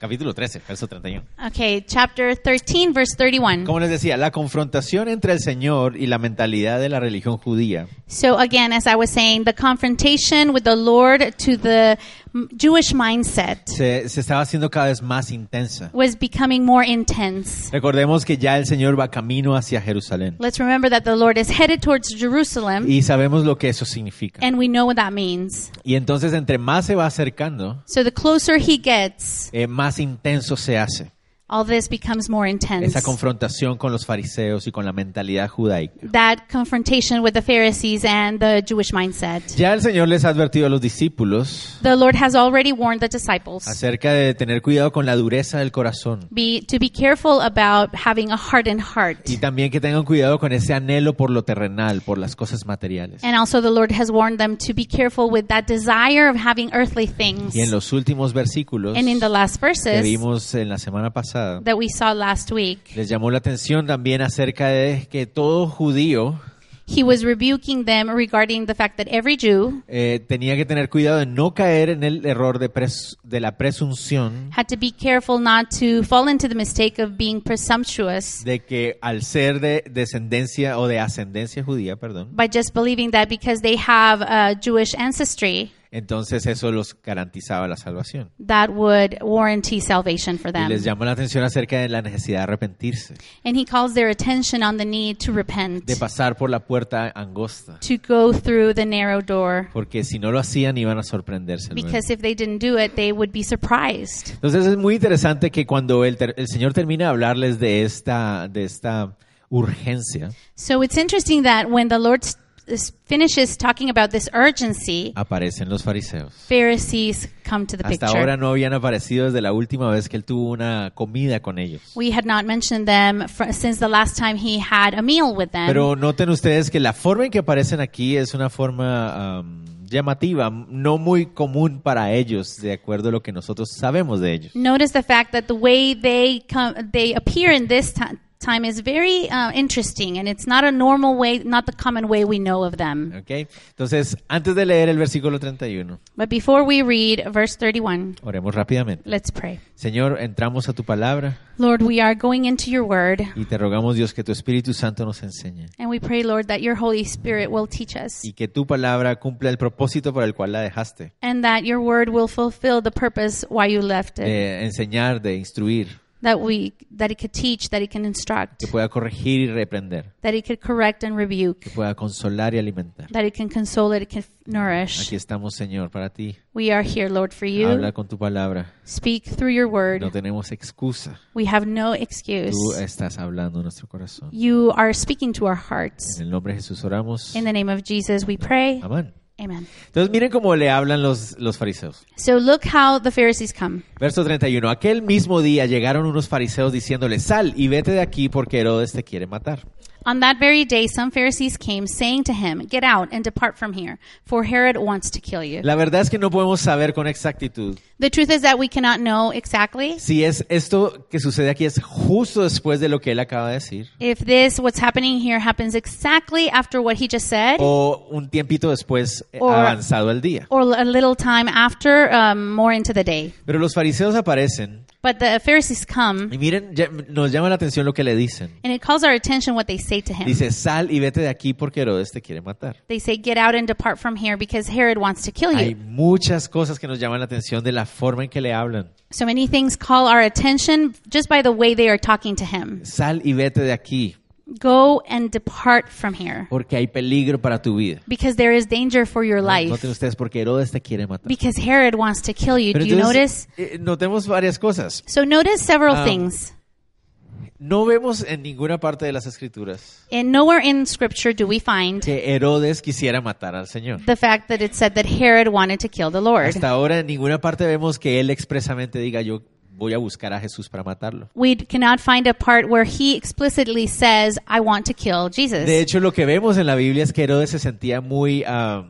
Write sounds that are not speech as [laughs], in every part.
Capítulo 13, verso 31. Okay, chapter 13, verse 31. Como les decía, la confrontación entre el Señor y la mentalidad de la religión judía So, again, as I was saying, the confrontation with the Lord to the m- Jewish mindset se, se estaba haciendo cada vez más intensa. was becoming more intense. Recordemos que ya el Señor va camino hacia Jerusalén Let's remember that the Lord is headed towards Jerusalem, y sabemos lo que eso significa. and we know what that means. Y entonces entre más se va acercando, So, the closer he gets, eh, más intenso se hace all this becomes more intense. esa confrontación con los fariseos y con la mentalidad judaica. That confrontation with the Pharisees and the Jewish mindset. Ya el Señor les ha advertido a los discípulos The Lord has already warned the disciples acerca de tener cuidado con la dureza del corazón be, to be careful about having a hardened heart. y también que tengan cuidado con ese anhelo por lo terrenal, por las cosas materiales. And also the Lord has warned them to be careful with that desire of having earthly things. Y en los últimos versículos and in the last que verses vimos en la semana pasada, that we saw last week, les llamó la atención también acerca de que todo judío he was rebuking them regarding the fact that every Jew eh, tenía que tener cuidado de no caer en el error de, pres- de la presunción had to be careful not to fall into the mistake of being presumptuous de que al ser de descendencia o de ascendencia judía, perdón, by just believing that because they have uh, Jewish ancestry, entonces eso los garantizaba la salvación. that would warranty salvation for Y them. les llamó la atención acerca de la necesidad de arrepentirse, And he calls their attention on the need to repent, de pasar por la puerta angosta, to go through the narrow door, porque si no lo hacían iban a sorprenderse. luego. because if they didn't do it, they would be surprised. Entonces es muy interesante que cuando el, ter- el Señor termina de hablarles de esta, de esta urgencia, So it's interesting that when the Lord s- s- finishes talking about this urgency, aparecen los fariseos. Pharisees come to the Hasta ahora picture. no habían aparecido desde la última vez que él tuvo una comida con ellos. We had not mentioned them fr- since the last time he had a meal with them. Pero noten ustedes que la forma en que aparecen aquí es una forma am, llamativa, no muy común para ellos, de acuerdo a lo que nosotros sabemos de ellos. Notice the fact that the way they come, they appear in this ti- time is very uh, interesting, and it's not a normal way, not the common way we know of them. ¿ok? Entonces, antes de leer el versículo 31, But before we read verse 31, oremos rápidamente. let's pray. Señor, entramos a tu palabra Lord, we are going into your word, y te rogamos, Dios, que tu Espíritu Santo nos enseñe and we pray, Lord, that your Holy Spirit will teach us. y que tu palabra cumpla el propósito para el cual la dejaste, and that your word will fulfill the purpose why you left it de enseñar, de instruir, that we that it could teach that it can instruct que pueda corregir y reprender. that it could correct and rebuke que pueda consolar y alimentar. that it can console that it can nourish Aquí estamos, Señor, para ti. we are here lord for Habla you con tu palabra. speak through your word No tenemos excusa. we have no Tú excuse estás hablando en nuestro corazón. you are speaking to our hearts En el nombre de Jesús oramos. in the name of jesus we pray Amén. amen Entonces miren cómo le hablan los, los fariseos. so look how the pharisees come Verso 31. Aquel mismo día llegaron unos fariseos diciéndole, sal y vete de aquí porque Herodes te quiere matar. on that very day some pharisees came saying to him get out and depart from here for herod wants to kill you La verdad es que no podemos saber con exactitud the truth is that we cannot know exactly si es esto que sucede aquí es justo después de lo que él acaba de decir if this what's happening here happens exactly after what he just said o un tiempito después eh, Or- avanzado el día. or a little time after um, more into the day Pero los fariseos aparecen but the pharisees come y miren, ya- nos llama la atención lo que le dicen. and it calls our attention what they say to him Dice, sal y vete de aquí porque Herodes te quiere matar. they say get out and depart from here because herod wants to kill Hay you muchas cosas que nos llaman la atención de la forma en que le hablan. so many things call our attention just by the way they are talking to him Sal y vete de aquí go and depart from here porque hay peligro para tu vida. because there is danger for your life Noten ustedes porque Herodes te quiere matar. because herod wants to kill you Pero do you entonces, notice eh, notemos varias cosas. so notice several Um, things No vemos en ninguna parte de las escrituras and nowhere in scripture do we find que Herodes quisiera matar al Señor. the fact that it said that Herod wanted to kill the Lord. Hasta ahora en ninguna parte vemos que él expresamente diga yo voy a buscar a Jesús para matarlo. We cannot find a part where he explicitly says, I want to kill De Jesus. hecho, lo que vemos en la Biblia es que Herodes se sentía muy ah,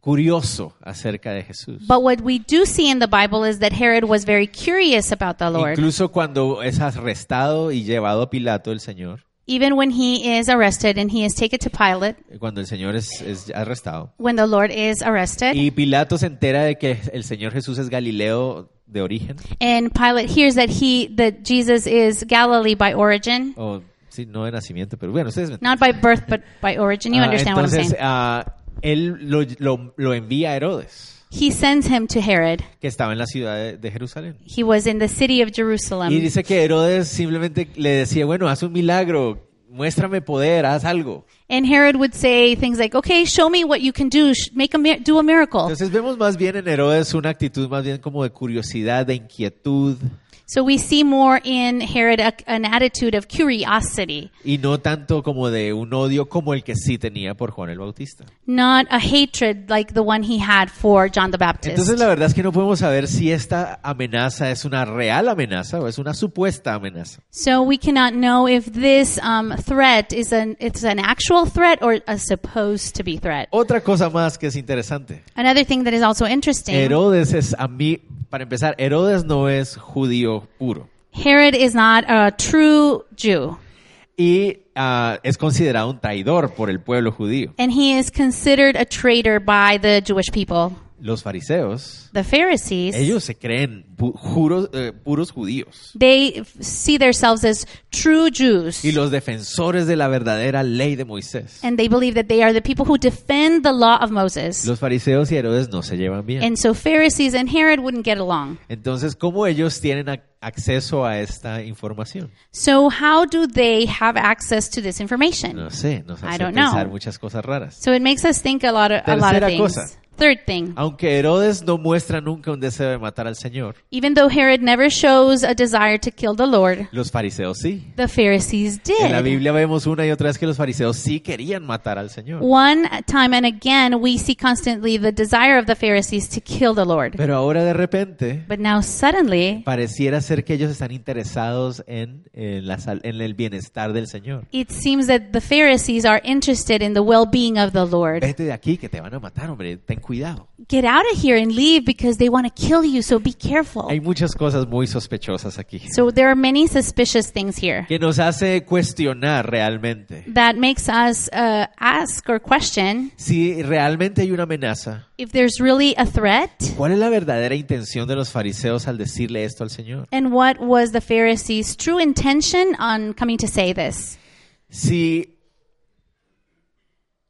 curioso acerca de Jesús. But what we do see in the Bible is that Herod was very curious about the Lord. Incluso cuando es arrestado y llevado a Pilato el Señor, Even when he is arrested and he is taken to Pilate, eh, cuando el Señor es, es arrestado. E- when the Lord is arrested, Y Pilato se entera de que el Señor Jesús es Galileo de origen. And Pilate hears that he that Jesus is Galilee by origin, O, sí, no de nacimiento, pero bueno, ustedes me not by birth but by origin. You Ah, understand what I'm entonces, saying? ah, él lo, lo- lo envía a Herodes, He sends him to Herod. que estaba en la ciudad de, de Jerusalén. He was in the city of Y Jerusalem. dice que Herodes simplemente le decía, bueno, haz un milagro, muéstrame poder, haz algo. And Herod would say things like, "Okay, show me what you can do. Sh- Make a mi- do a miracle." Entonces vemos más bien en Herodes una actitud más bien como de curiosidad, de inquietud, So we see more in Herod a, an attitude of curiosity, y no tanto como de un odio como el que sí tenía por Juan el Bautista. not a hatred like the one he had for John the Baptist. Entonces la verdad es que no podemos saber si esta amenaza es una real amenaza o es una supuesta amenaza. So we cannot know if this um, threat is an it's an actual threat or a supposed to be threat. Otra cosa más que es interesante. Another thing that is also interesting: Herodes es a mí, para empezar, Herodes no es judío puro Herod is not a true Jew, y ah, es considerado un traidor por el pueblo judío. and he is considered a traitor by the Jewish people, Los fariseos, the Pharisees. ellos se creen pu- juros, eh, puros judíos They f- see themselves as true Jews, y los defensores de la verdadera ley de Moisés. and they believe that they are the people who defend the law of Moses. Los fariseos y Herodes no se llevan bien. And so Pharisees and Herod wouldn't get along. Entonces, ¿cómo ellos tienen ac- acceso a esta información? So how do they have access to this information? No sé, nos I hace don't pensar know. muchas cosas raras. So it makes us think a lot of a lot of Tercera things. cosa. Ah. Third thing, Aunque Herodes no muestra nunca un deseo de matar al Señor, even though Herod never shows a desire to kill the Lord, los fariseos sí. the Pharisees En la did. Biblia vemos una y otra vez que los fariseos sí querían matar al Señor. One time and again, we see constantly the desire of the Pharisees to kill the Lord. Pero ahora de repente But now suddenly, pareciera ser que ellos están interesados en, en la sal- en el bienestar del Señor. it seems that the Pharisees are interested in the well-being of the Lord. Vete de aquí que te van a matar, hombre, ten cuidado. Get out of here and leave because they want to kill you, so be careful. Hay muchas cosas muy sospechosas aquí So there are many suspicious things here que nos hace cuestionar realmente that makes us uh, ask or question si realmente hay una amenaza. if there's really a threat ¿Cuál es la verdadera intención de los fariseos al decirle esto al Señor? and what was the Pharisees' true intention on coming to say this. Si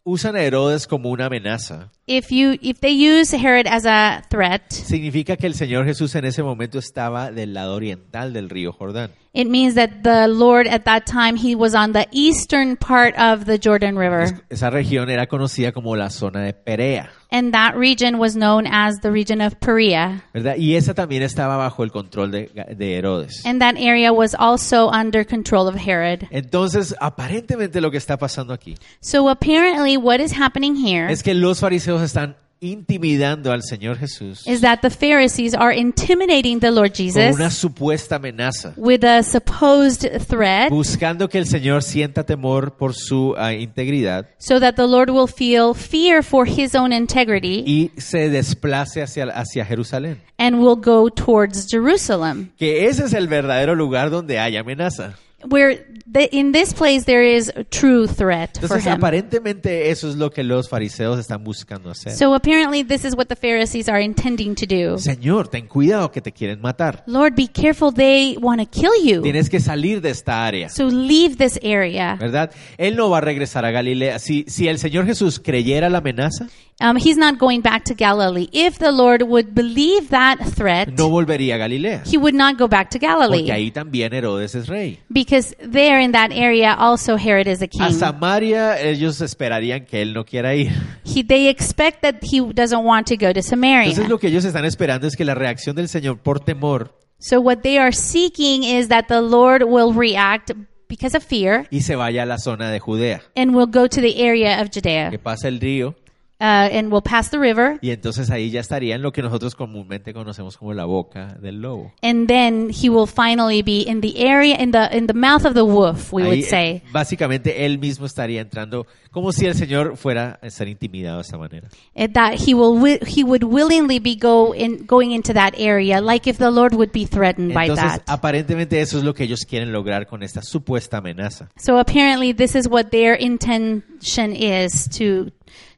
usan a Herodes como una amenaza, If you if they use Herod as a threat, Significa que el Señor Jesús en ese momento estaba del lado oriental del río Jordán. it means that the Lord at that time he was on the eastern part of the Jordan River, Esa región era conocida como la zona de Perea, and that region was known as the region of Perea, ¿verdad? Y esa también estaba bajo el control de, de Herodes. and that area was also under control of Herod. Entonces, aparentemente lo que está pasando aquí So apparently, what is happening here es que los fariseos están intimidando al Señor Jesús is that the Pharisees are intimidating the Lord con una Jesus supuesta amenaza, with a supposed threat buscando que el Señor sienta temor por su ah, integridad so that the Lord will feel fear for his own integrity y se desplace hacia, hacia Jerusalén. and will go towards Jerusalem. Que ese es el verdadero lugar donde hay amenaza. Where the, in this place there is a true threat for Entonces, him. aparentemente eso es lo que los fariseos están buscando hacer. So apparently this is what the Pharisees are intending to do. Señor, ten cuidado que te quieren matar. Lord, be careful, they want to kill you. Tienes que salir de esta área, So leave this area. ¿verdad? Él no va a regresar a Galilea. Si, si el Señor Jesús creyera la amenaza, Um, he's not going back to Galilee. If the Lord would believe that threat, no volvería a Galilea. he would not go back to Galilee. Porque ahí también Herodes es rey. Because there in that area also Herod is a A king. Samaria ellos esperarían que él no quiera ir. He, they expect that he doesn't want to go to Entonces Samaria. lo que ellos están esperando es que la reacción del Señor por temor So what they are seeking is that the Lord will react because of fear y se vaya a la zona de Judea, and will go to the area of que Judea pasa el río uh, and will pass the river. Y entonces ahí ya estaría en lo que nosotros comúnmente conocemos como la boca del lobo. And then he will finally be in the area in the in the mouth of the wolf, we Ahí, would say. eh, Básicamente él mismo estaría entrando como si el Señor fuera a ser intimidado de esta manera. And eh, That he will wi- he would willingly be go in going into that area, like if the Lord would be threatened by Entonces, that. aparentemente eso es lo que ellos quieren lograr con esta supuesta amenaza. So apparently, this is what their intention is to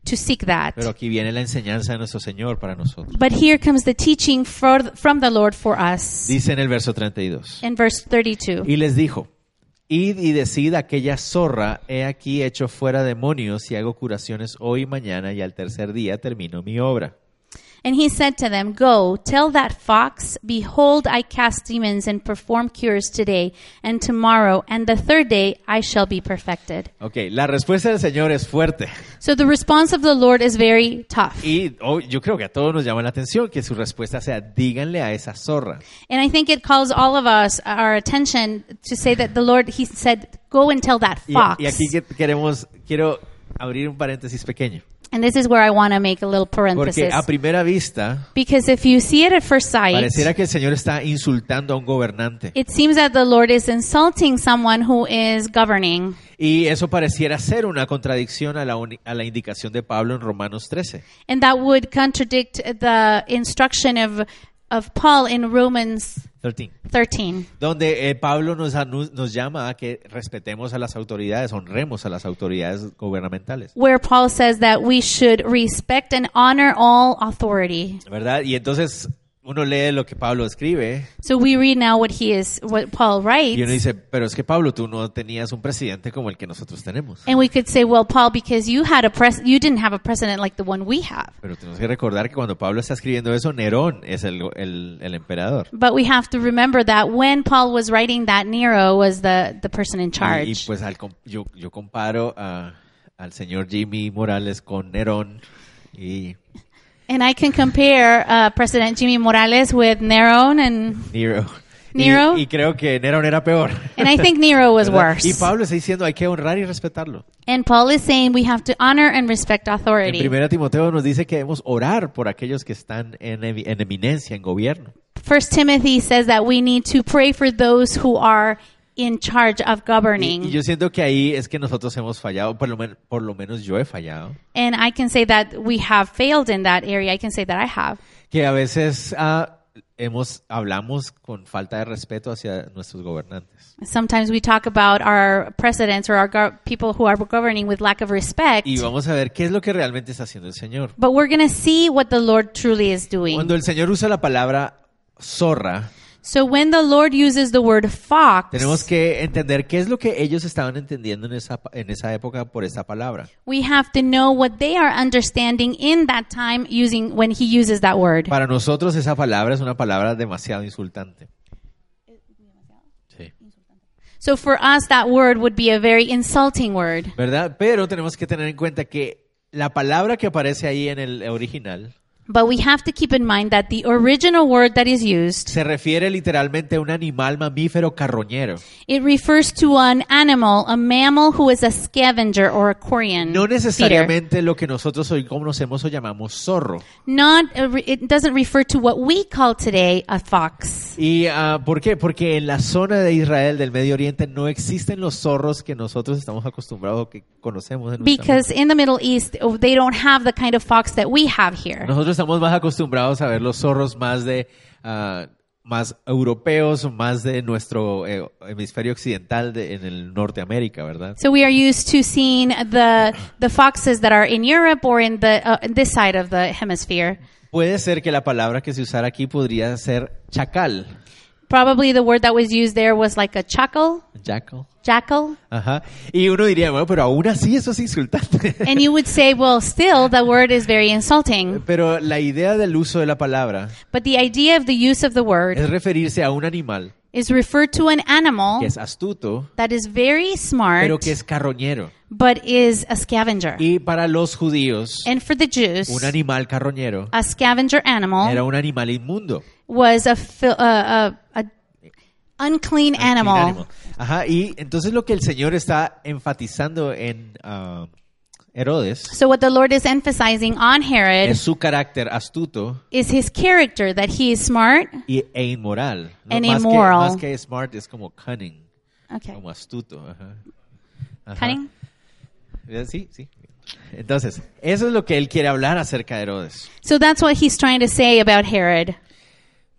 to seek that. Pero aquí viene la enseñanza de nuestro Señor para nosotros. But here comes the teaching for, from the Lord for us Dice en el verso 32. in verse 32. Y les dijo, id y decid a aquella zorra, he aquí hecho fuera demonios y hago curaciones hoy y mañana y al tercer día termino mi obra. And he said to them, Go, tell that fox, Behold, I cast demons and perform cures today and tomorrow, and the third day I shall be perfected. Ok, la respuesta del Señor es fuerte. So the response of the Lord is very tough. Y oh, yo creo que a todos nos llama la atención que su respuesta sea, díganle a esa zorra. And I think it calls all of us our attention to say that the Lord, he said, Go and tell that Y, fox. y aquí que- queremos, quiero abrir un paréntesis pequeño. And this is where I want to make a little Porque parenthesis. a primera vista, Because if you see it at first sight, pareciera que el Señor está insultando a un gobernante. it seems that the Lord is insulting someone who is governing. Y eso pareciera ser una contradicción a la, uni- a la indicación de Pablo en Romanos 13. And that would contradict the instruction of, of Paul in Romans 13. 13, Donde eh, Pablo nos, anu- nos llama a que respetemos a las autoridades, honremos a las autoridades gubernamentales. where Paul says that we should respect and honor all authority. ¿Verdad? Y entonces uno lee lo que Pablo escribe So we read now what he is, what y Paul uno writes. dice, pero es que Pablo, tú no tenías un presidente como el que nosotros tenemos. And we could say, well, Paul, because you had a pres- you didn't have a precedent like the one we have. Pero tenemos que recordar que cuando Pablo está escribiendo eso, Nerón es el, el- el emperador. But we have to remember that when Paul was writing that, Nero was the, the person in Y, y charge. pues al com- yo, yo comparo a- al señor Jimmy Morales con Nerón y And I can compare uh, President Jimmy Morales with Nero, and, Nero. Y- Nero. Y, creo que Nerón era peor. and I think [laughs] Nero was ¿Verdad? Y worse. Pablo está diciendo hay que honrar y respetarlo. And Paul is saying we have to honor and respect En authority. 1 Timoteo nos dice que debemos orar por aquellos que están en, evi- en eminencia, en gobierno. First Timothy says that we need to pray for those who are in charge of Y, y governing. yo siento que ahí es que nosotros hemos fallado, por lo, men- por lo menos yo he fallado. And I can say that we have failed in that area. I can say that I have. Que a veces ah, hemos, hablamos con falta de respeto hacia nuestros gobernantes. Sometimes we talk about our presidents or our gov- people who are governing with lack of respect. Y vamos a ver qué es lo que realmente está haciendo el Señor. But we're going to see what the Lord truly is doing. Cuando el Señor usa la palabra zorra, So when the Lord uses the word fox, tenemos que entender qué es lo que ellos estaban entendiendo en esa, pa- en esa época por esta palabra. we have to know what they are understanding in that time using when he uses that word. Para nosotros esa palabra es una palabra demasiado insultante. Sí. So for us that word would be a very insulting word. ¿Verdad? Pero tenemos que tener en cuenta que la palabra que aparece ahí en el original But we have to keep in mind that the original word that is used, se refiere literalmente a un animal mamífero carroñero. it refers to an animal, a mammal who is a scavenger or a corian. No eater. necesariamente lo que nosotros hoy conocemos o llamamos zorro. Not a re- it doesn't refer to what we call today a fox. ¿Y ah, por qué? Porque en la zona de Israel, del Medio Oriente, no existen los zorros que nosotros estamos acostumbrados o que conocemos. En nuestra Because in the Middle East, oh, they don't have the kind of fox that we have here. Nosotros estamos más acostumbrados a ver los zorros más de ah, más europeos, más de nuestro eh, hemisferio occidental de- en el Norteamérica, ¿verdad? So we are used to seeing the the foxes that are in Europe or in the uh, this side of the hemisphere. Puede ser que la palabra que se usara aquí podría ser chacal, Probably the word that was used there was like a chuckle, jackal. jackal. Ajá. Y uno diría, bueno, pero aún así eso es [laughs] insultante. And you would say, well, still the word is very insulting. [laughs] Pero la idea del uso de la palabra But the idea of the use of the word es referirse a un animal is referred to an que animal es astuto, that is very pero smart, que es carroñero. but is a scavenger. Y para los judíos, And for the Jews, un animal carroñero a scavenger era animal un animal inmundo. was a fil- uh, a, a unclean animal. Animal. Ajá, y entonces lo que el Señor está enfatizando en ah, Herodes So what the Lord is emphasizing on Herod es su carácter astuto is his character that he is smart. y, e inmoral. ¿no? And más, que, immoral. más que smart es como cunning, Okay. como astuto. Ajá. Ajá. Cunning. Eh, Sí, sí. Entonces, eso es lo que él quiere hablar acerca de Herodes. So that's what he's trying to say about Herod.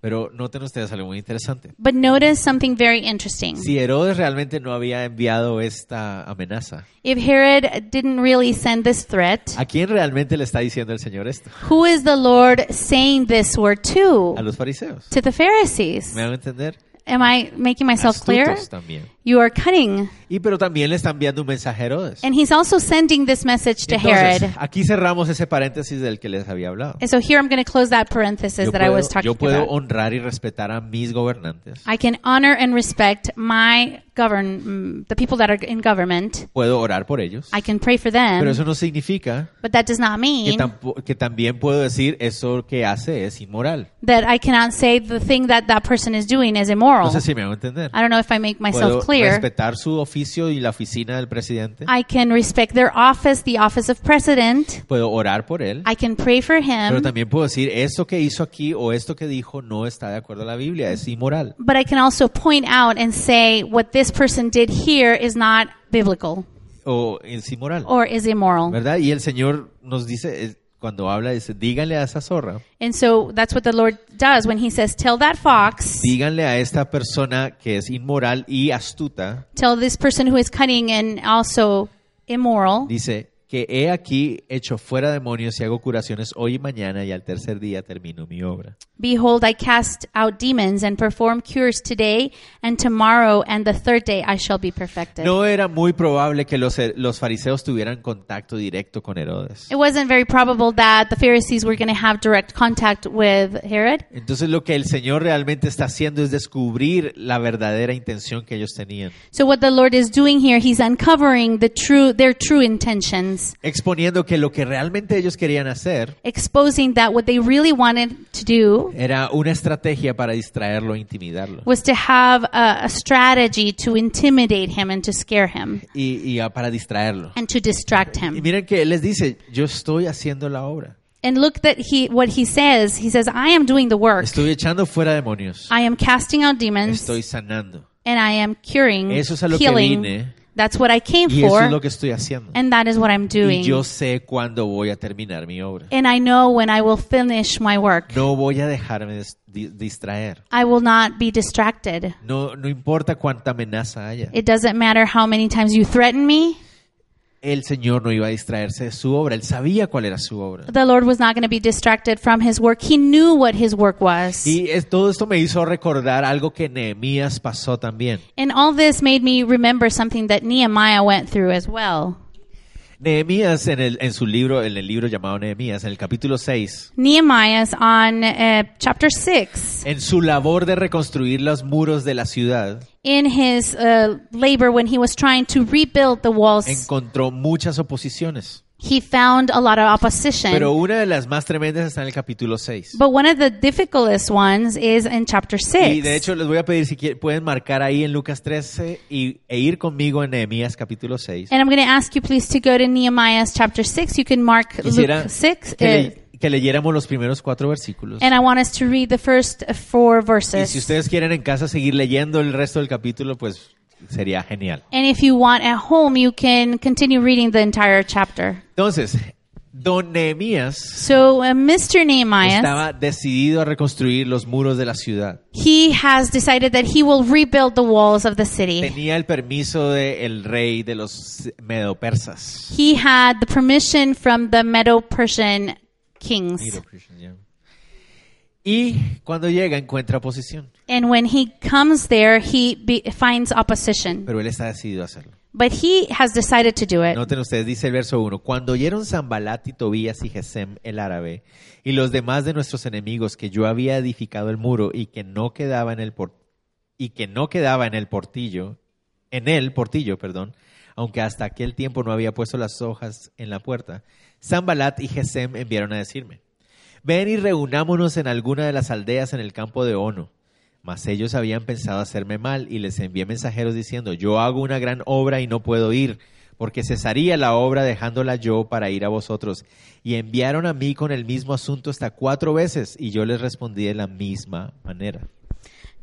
Pero noten ustedes algo muy interesante. But notice something very interesting. Si Herodes realmente no había enviado esta amenaza, If Herod didn't really send this threat, ¿a quién realmente le está diciendo el Señor esto? who is the Lord saying this word A to? los fariseos. To the Pharisees. ¿Me van a entender? Am I making myself clear? Astutos también. You are cunning. Y pero también le está enviando un mensaje a Herodes. And he's also sending this message to Entonces, Herod. aquí cerramos ese paréntesis del que les había hablado. And so here I'm going to close that parenthesis Yo that I puedo, was talking yo puedo about. honrar y respetar a mis gobernantes. I can honor and respect my govern mm, the people that are in government. Puedo orar por ellos. I can pray for Pero them, eso no significa but that does not que, mean tampo- que también puedo decir eso que hace es inmoral. that I cannot say the thing that that person is doing is immoral. No sé si me hago entender. Oh. I don't know if I make Puedo myself clear. respetar su oficio y la oficina del presidente. I can respect their office, the office of president. Puedo orar por él. I can pray for Pero him, también puedo decir esto que hizo aquí o esto que dijo no está de acuerdo a la Biblia, es inmoral. but I can also point out and say what this person did here is not biblical O es inmoral. or is immoral. ¿Verdad? Y el Señor nos dice, eh, cuando habla, dice, díganle a esa zorra, And so that's what the Lord does when he says, "Tell that fox, díganle a esta persona que es inmoral y astuta, tell this person who is cunning and also immoral." dice, que he aquí hecho fuera demonios y hago curaciones hoy y mañana y al tercer día termino mi obra. Behold, I cast out demons and perform cures today and tomorrow and the third day I shall be perfected. No era muy probable que los, los fariseos tuvieran contacto directo con Herodes. It wasn't very probable that the Pharisees were going to have direct contact with Herod. Entonces lo que el Señor realmente está haciendo es descubrir la verdadera intención que ellos tenían, So what the Lord is doing here, he's uncovering the true their true intentions, exponiendo que lo que realmente ellos querían hacer exposing that what they really wanted to do era una estrategia para distraerlo e intimidarlo. was to have a, a strategy to intimidate him and to scare him y, y a- para distraerlo. and to distract Y him. miren que él les dice, yo estoy haciendo la obra. And look that he what he says, he says, "I am doing the work. Estoy echando fuera demonios. I am casting out demons." Estoy sanando. and I am curing, Eso es a lo que healing. vine. That's what I came Y eso for, es lo que estoy haciendo. and that is what I'm Y doing. yo sé cuándo voy a terminar mi obra. and I know when I will finish my work. No voy a dejarme dis- di- distraer. I will not be distracted. No, no importa cuánta amenaza haya. It doesn't matter how many times you threaten me. El Señor no iba a distraerse de su obra. Él sabía cuál era su obra. The Lord was not going to be distracted from his work. He knew what his work was. Y es- todo esto me hizo recordar algo que Nehemías pasó también. and all this made me remember something that Nehemiah went through as well. Nehemías en, el, en su libro, en el libro llamado Nehemías, en el capítulo 6, Nehemiah's on uh, chapter 6 En su labor de reconstruir los muros de la ciudad, in his uh, labor when he was trying to rebuild the walls. encontró muchas oposiciones. he found a lot of opposition. Pero una de las más tremendas está en el capítulo 6. But one of the difficultest ones is in chapter 6. Y de hecho les voy a pedir si quieren- pueden marcar ahí en Lucas 13 y, e ir conmigo en Nehemías capítulo 6. and I'm going to ask you please to go to Nehemiah's chapter 6. You can mark Quisiera Luke 6. que, uh, le- que leyéramos los primeros cuatro versículos. and I want us to read the first four Y verses. si ustedes quieren en casa seguir leyendo el resto del capítulo, pues sería genial. and if you want at home, you can continue reading the entire chapter. Entonces, don Nehemías So, uh, Mr. Nehemiah, estaba decidido a reconstruir los muros de la ciudad. he has decided that he will rebuild the walls of the city. tenía el permiso del rey de los medopersas. He had the permission from the Medo Persian kings. Y cuando llega encuentra oposición, And when he comes there, he be- finds opposition. pero él está decidido a hacerlo. But he has decided to do it. Noten ustedes, dice el verso 1, cuando oyeron Zambalat y Tobías y Gesem el árabe y los demás de nuestros enemigos que yo había edificado el muro y que no quedaba en el por- y que no quedaba en el portillo, en el portillo, perdón, aunque hasta aquel tiempo no había puesto las hojas en la puerta, Zambalat y Gesem enviaron a decirme, ven y reunámonos en alguna de las aldeas en el campo de Ono. Mas ellos habían pensado hacerme mal y les envié mensajeros diciendo, yo hago una gran obra y no puedo ir, porque cesaría la obra dejándola yo para ir a vosotros. Y enviaron a mí con el mismo asunto hasta cuatro veces y yo les respondí de la misma manera.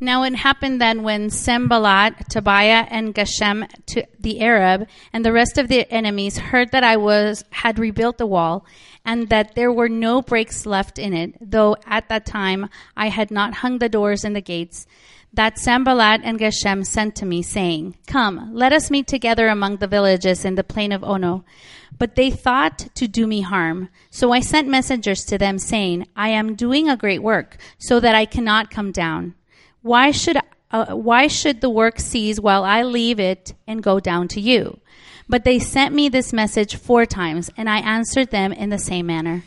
Now it happened that when Sembalat, Tobiah, and Geshem to the Arab and the rest of the enemies heard that I was had rebuilt the wall and that there were no breaks left in it, though at that time I had not hung the doors and the gates, that Sambalat and Geshem sent to me, saying, Come, let us meet together among the villages in the plain of Ono. But they thought to do me harm. So I sent messengers to them, saying, I am doing a great work, so that I cannot come down. Why should, uh, why should the work cease while I leave it and go down to you? But they sent me this message four times, and I answered them in the same manner.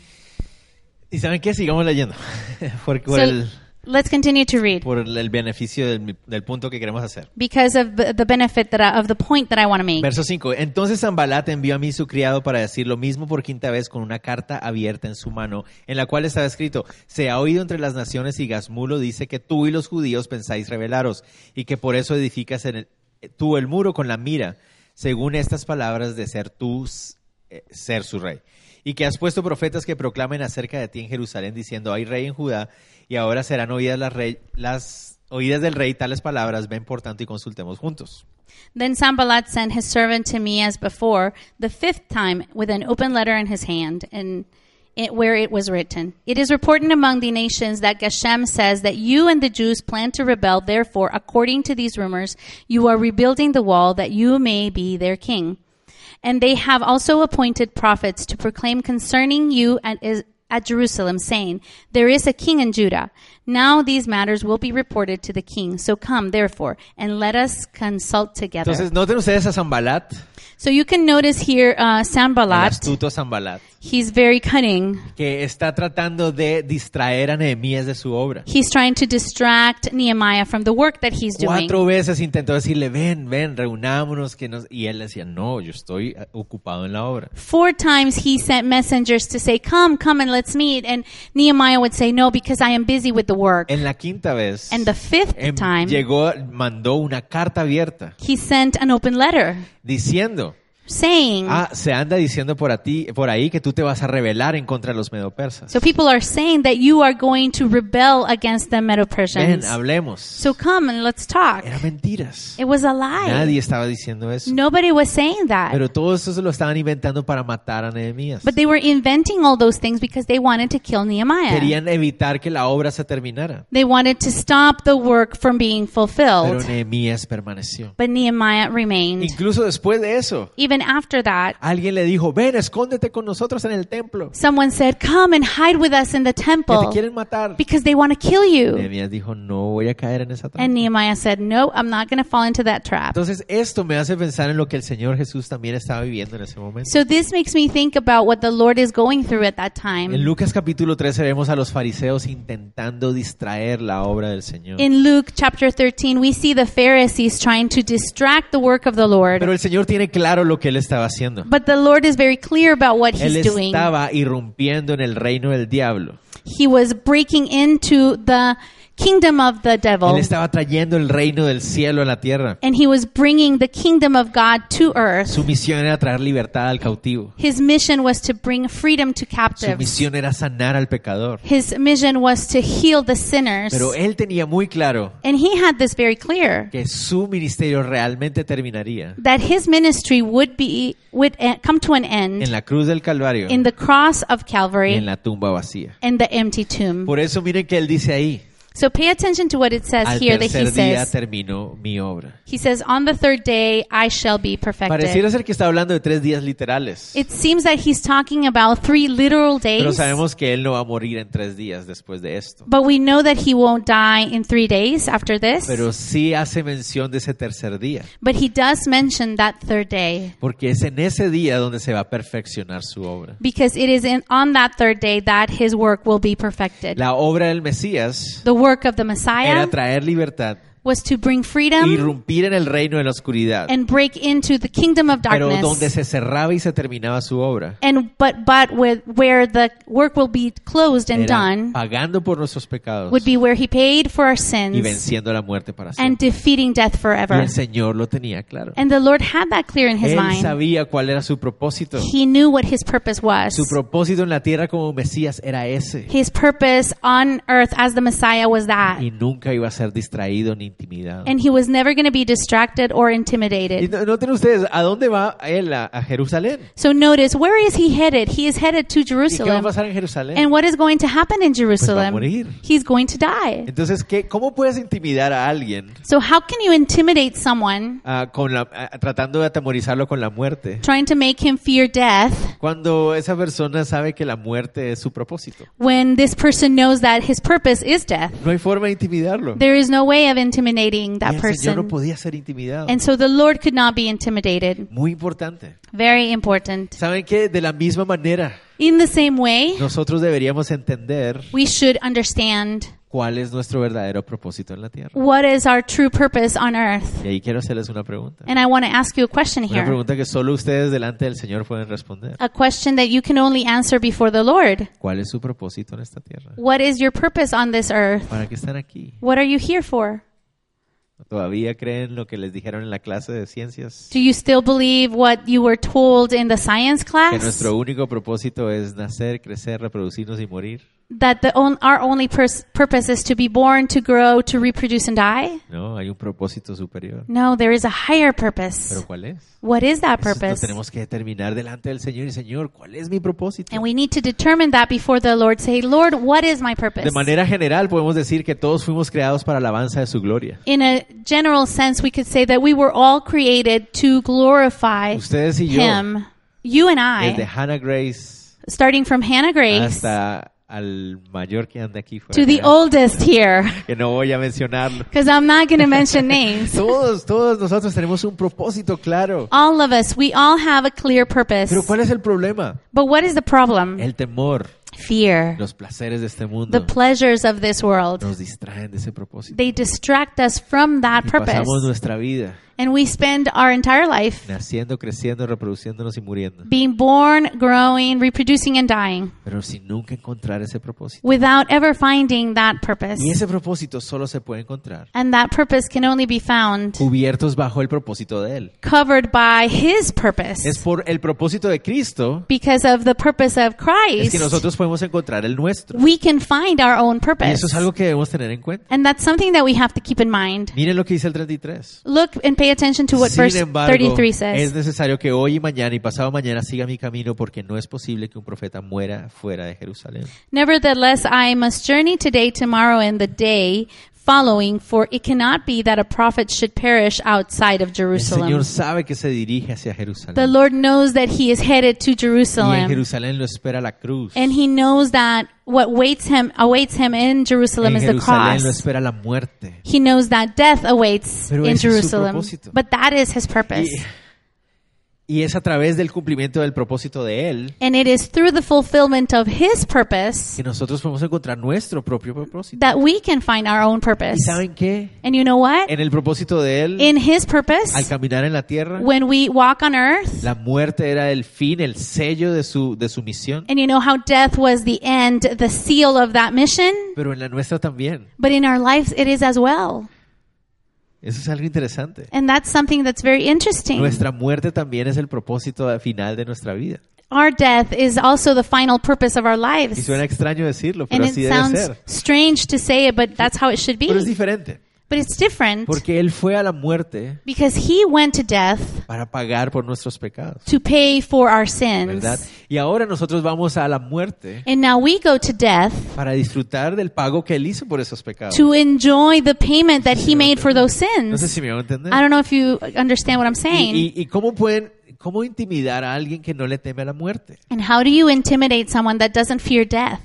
¿Y saben qué? Sigamos leyendo. [laughs] por por So- el, Let's continue to read. por el- el beneficio del, del punto que queremos hacer. because of the the benefit that I, of the point that I want to make. Verso 5. Entonces Zambalat envió a mí su criado para decir lo mismo por quinta vez con una carta abierta en su mano, en la cual estaba escrito, se ha oído entre las naciones y Gazmulo dice que tú y los judíos pensáis rebelaros y que por eso edificas en el- eh, tú el muro con la mira, según estas palabras de ser tú s- eh, ser su rey. Y que has puesto profetas que proclamen acerca de ti en Jerusalén diciendo, hay rey en Judá y ahora serán oídas las, rey- las oídas del rey tales palabras, ven por tanto y consultemos juntos. Then Sambalat sent his servant to me as before, the fifth time, with an open letter in his hand, and it, where it was written, "It is reported among the nations that Geshem says that you and the Jews plan to rebel. Therefore, according to these rumors, you are rebuilding the wall that you may be their king." And they have also appointed prophets to proclaim concerning you at, is- at Jerusalem, saying, There is a king in Judah. Now these matters will be reported to the king. So come, therefore, and let us consult together. Entonces, noten ustedes a Zambalat, so you can notice here uh, el Sambalat, astuto Zambalat, he's very cunning. que está tratando de distraer a Nehemías de su obra. He's trying to distract Nehemiah from the work that he's doing. Cuatro veces intentó decirle, ven, ven, reunámonos, que nos... y él decía, no, yo estoy eh, ocupado en la obra. Four times he sent messengers to say, Come, come and let's meet. And Nehemiah would say, No, because I am busy with the work. En la quinta vez, And the fifth em, time, llegó, mandó una carta abierta he sent an open letter diciendo, saying ah, se anda diciendo por, a ti, por ahí que tú te vas a rebelar en contra de los medopersas. so people are saying that you are going to rebel against the medo Ven, persians hablemos. so come and let's talk Eran mentiras. it was a lie Nadie estaba diciendo eso. nobody was saying that Pero todo eso se lo estaban inventando para matar a Nehemías. but they were inventing all those things because they wanted to kill nehemiah Querían evitar que la obra se terminara. they wanted to stop the work from being Pero fulfilled Nehemías permaneció. but nehemiah remained Incluso después de eso, even after that alguien le dijo, ven, escóndete con nosotros en el templo, someone said come and hide with us in the que te temple quieren matar. because they want to kill you Nehemías dijo, no voy a caer en esa and trampa. nehemiah said no i'm not going to fall into that trap Entonces esto me hace pensar en lo que el Señor Jesús también estaba viviendo en ese momento. So this makes me think about what the Lord is going through at that time. En Lucas capítulo 13 vemos a los fariseos intentando distraer la obra del Señor. In Luke chapter 13, we see the Pharisees trying to distract the work of the Lord. Pero el Señor tiene claro lo que él estaba haciendo. but the Lord is very clear about what Él he's doing. estaba irrumpiendo en el reino del diablo. He was breaking into the kingdom of the devil. Él estaba trayendo el reino del cielo a la tierra. and he was bringing the kingdom of God to earth. Su misión era traer libertad al cautivo. His mission was to bring freedom to Su captives. misión era sanar al pecador. His mission was to heal the sinners. Pero él tenía muy claro and he had this very clear. que su ministerio realmente terminaría That his ministry would be would eh, come to an end en la cruz del Calvario in the cross of y Calvary en la tumba vacía. and the empty tomb. Por eso miren que él dice ahí, So pay attention to what it says al here that he tercer día says. terminó mi obra. He says, On the third day I shall be perfected. Pareciera ser que está hablando de tres días literales, It seems that he's talking about three literal pero days, sabemos que él no va a morir en tres días después de esto. but we know that he won't die in three days after this. Pero sí hace mención de ese tercer día, But he does mention that third day porque es en ese día donde se va a perfeccionar su obra. because it is in, on that third day that his work will be perfected. La obra del Mesías The work of the era Messiah traer libertad was to bring freedom irrumpir en el reino de la oscuridad, and break into the kingdom of pero donde darkness. se cerraba y se terminaba su obra, And but but with where the work will be closed and era done pagando por nuestros pecados would be where he paid for our y sins venciendo la muerte para and siempre. defeating death Y forever. el Señor lo tenía claro. And the Lord had that clear in his Él mind. sabía cuál era su propósito. He knew what his purpose Su was. propósito en la tierra como Mesías era ese. His purpose on earth as the Messiah was that. Y nunca iba a ser distraído ni intimidado. And he was never going to be distracted or Y intimidated. no- noten ustedes, ¿a dónde va él? ¿A, a Jerusalén? So notice, where is he headed? He is headed to ¿Y qué va a Jerusalem. pasar en Jerusalén? And what is going to happen in Pues va a morir. Jerusalem? He's going to die. Entonces, ¿qué, ¿cómo puedes intimidar a alguien So how can you intimidate someone ah, con la, ah, tratando de atemorizarlo con la muerte? trying to make him fear death Cuando esa persona sabe que la muerte es su propósito. when this person knows that his purpose is death? No hay forma de intimidarlo. There is no way of intimidating Y that el Señor no person. podía ser intimidado. And so the Lord could not be intimidated. Muy importante. Very important. ¿Saben qué? De la misma manera, In the same way, nosotros deberíamos entender we should understand cuál es nuestro verdadero propósito en la tierra. what is our true purpose on earth. Y ahí quiero hacerles una pregunta. And I want to ask you a question Una here. pregunta que solo ustedes delante del Señor pueden responder. A question that you can only answer before the Lord. ¿Cuál es su propósito en esta tierra? What is your purpose on this earth? ¿Para qué están aquí? What are you here for? ¿Todavía creen lo que les dijeron en la clase de ciencias? Do you still believe what you were told in the science Que class? nuestro único propósito es nacer, crecer, reproducirnos y morir. That the on, our only pers- purpose is to be born, to grow, to reproduce, and die? No, hay un propósito superior. No, there is a higher purpose. ¿Pero cuál es? What is that Eso lo purpose? tenemos que determinar delante del Señor y Señor, ¿cuál es mi propósito? And we need to determine that before the Lord. Say, Lord, what is my De purpose? manera general podemos decir que todos fuimos creados para la alabanza de su gloria. In a general sense, we could say that we were all created to glorify Ustedes y yo, Him. You and desde I, Hannah Grace starting from Hannah Grace hasta al mayor que anda aquí to fuera, the oldest here, [laughs] que no voy a mencionarlo. because I'm not going [laughs] to mention names. Todos, todos nosotros tenemos un propósito claro. All of us, we all have a clear purpose. Pero ¿cuál es el problema? But what is the problem? El temor, Fear. los placeres de este Mm. The mundo pleasures of this world. nos distraen de ese propósito. They distract us from that Y pasamos purpose. nuestra vida And we spend our entire life naciendo, creciendo, reproduciéndonos y muriendo. being born, growing, reproducing, and dying Pero sin nunca encontrar ese propósito. without ever finding that purpose. Y ese propósito solo se puede encontrar And that purpose can only be found cubiertos bajo el propósito de Él. covered by His Es purpose. por el propósito de Cristo Because of the purpose of es que Christ, nosotros podemos encontrar el nuestro. we can find our own Y purpose. eso es algo que debemos tener en cuenta. And that's something that we have to keep in mind. Miren lo que dice el 33. Look and pay attention to what verse Sin embargo, 33 es says. necesario que hoy y mañana y pasado mañana siga mi camino porque no es posible que un profeta muera fuera de Jerusalén. Nevertheless, I must journey today, tomorrow, and the day following, for it cannot be that a prophet should perish outside of El Jerusalem. Señor sabe que se dirige hacia The Jerusalén. Lord knows that He is headed Y to en Jerusalem, Jerusalén lo espera la cruz. and He knows that what waits Him awaits Him in Jerusalem en is the Jerusalén lo cross. espera la muerte. He knows that death awaits Pero ese in es su Jerusalem, propósito. but that is His purpose. Y, y es a través del cumplimiento del propósito de Él And it is through the fulfillment of His purpose que nosotros podemos encontrar nuestro propio propósito. that we can find our own purpose. ¿Y saben qué? And you know what? En el propósito de Él, in his al purpose caminar en la tierra, when we walk on earth la muerte era el fin, el sello de su, de su misión. and you know how death was the end the seal of that mission Pero en la nuestra también. but in our lives it is as well Eso es algo interesante. and that's something that's very interesting Nuestra muerte también es el propósito final de nuestra vida. our death is also the final purpose of our Y lives suena extraño decirlo, and pero it así debe sounds ser. strange to say it but that's how it should Pero es be diferente, but it's different porque Él fue a la muerte because he went to death para pagar por nuestros pecados, to pay for our ¿verdad? sins Y ahora nosotros vamos a la muerte and now we go to death para disfrutar del pago que Él hizo por esos pecados. to enjoy the payment that he made for those No sé sins si me van a entender. I don't know if you understand what I'm saying. Y, y- y cómo pueden, cómo intimidar a alguien que no le teme a la muerte. And how do you intimidate someone that doesn't fear death?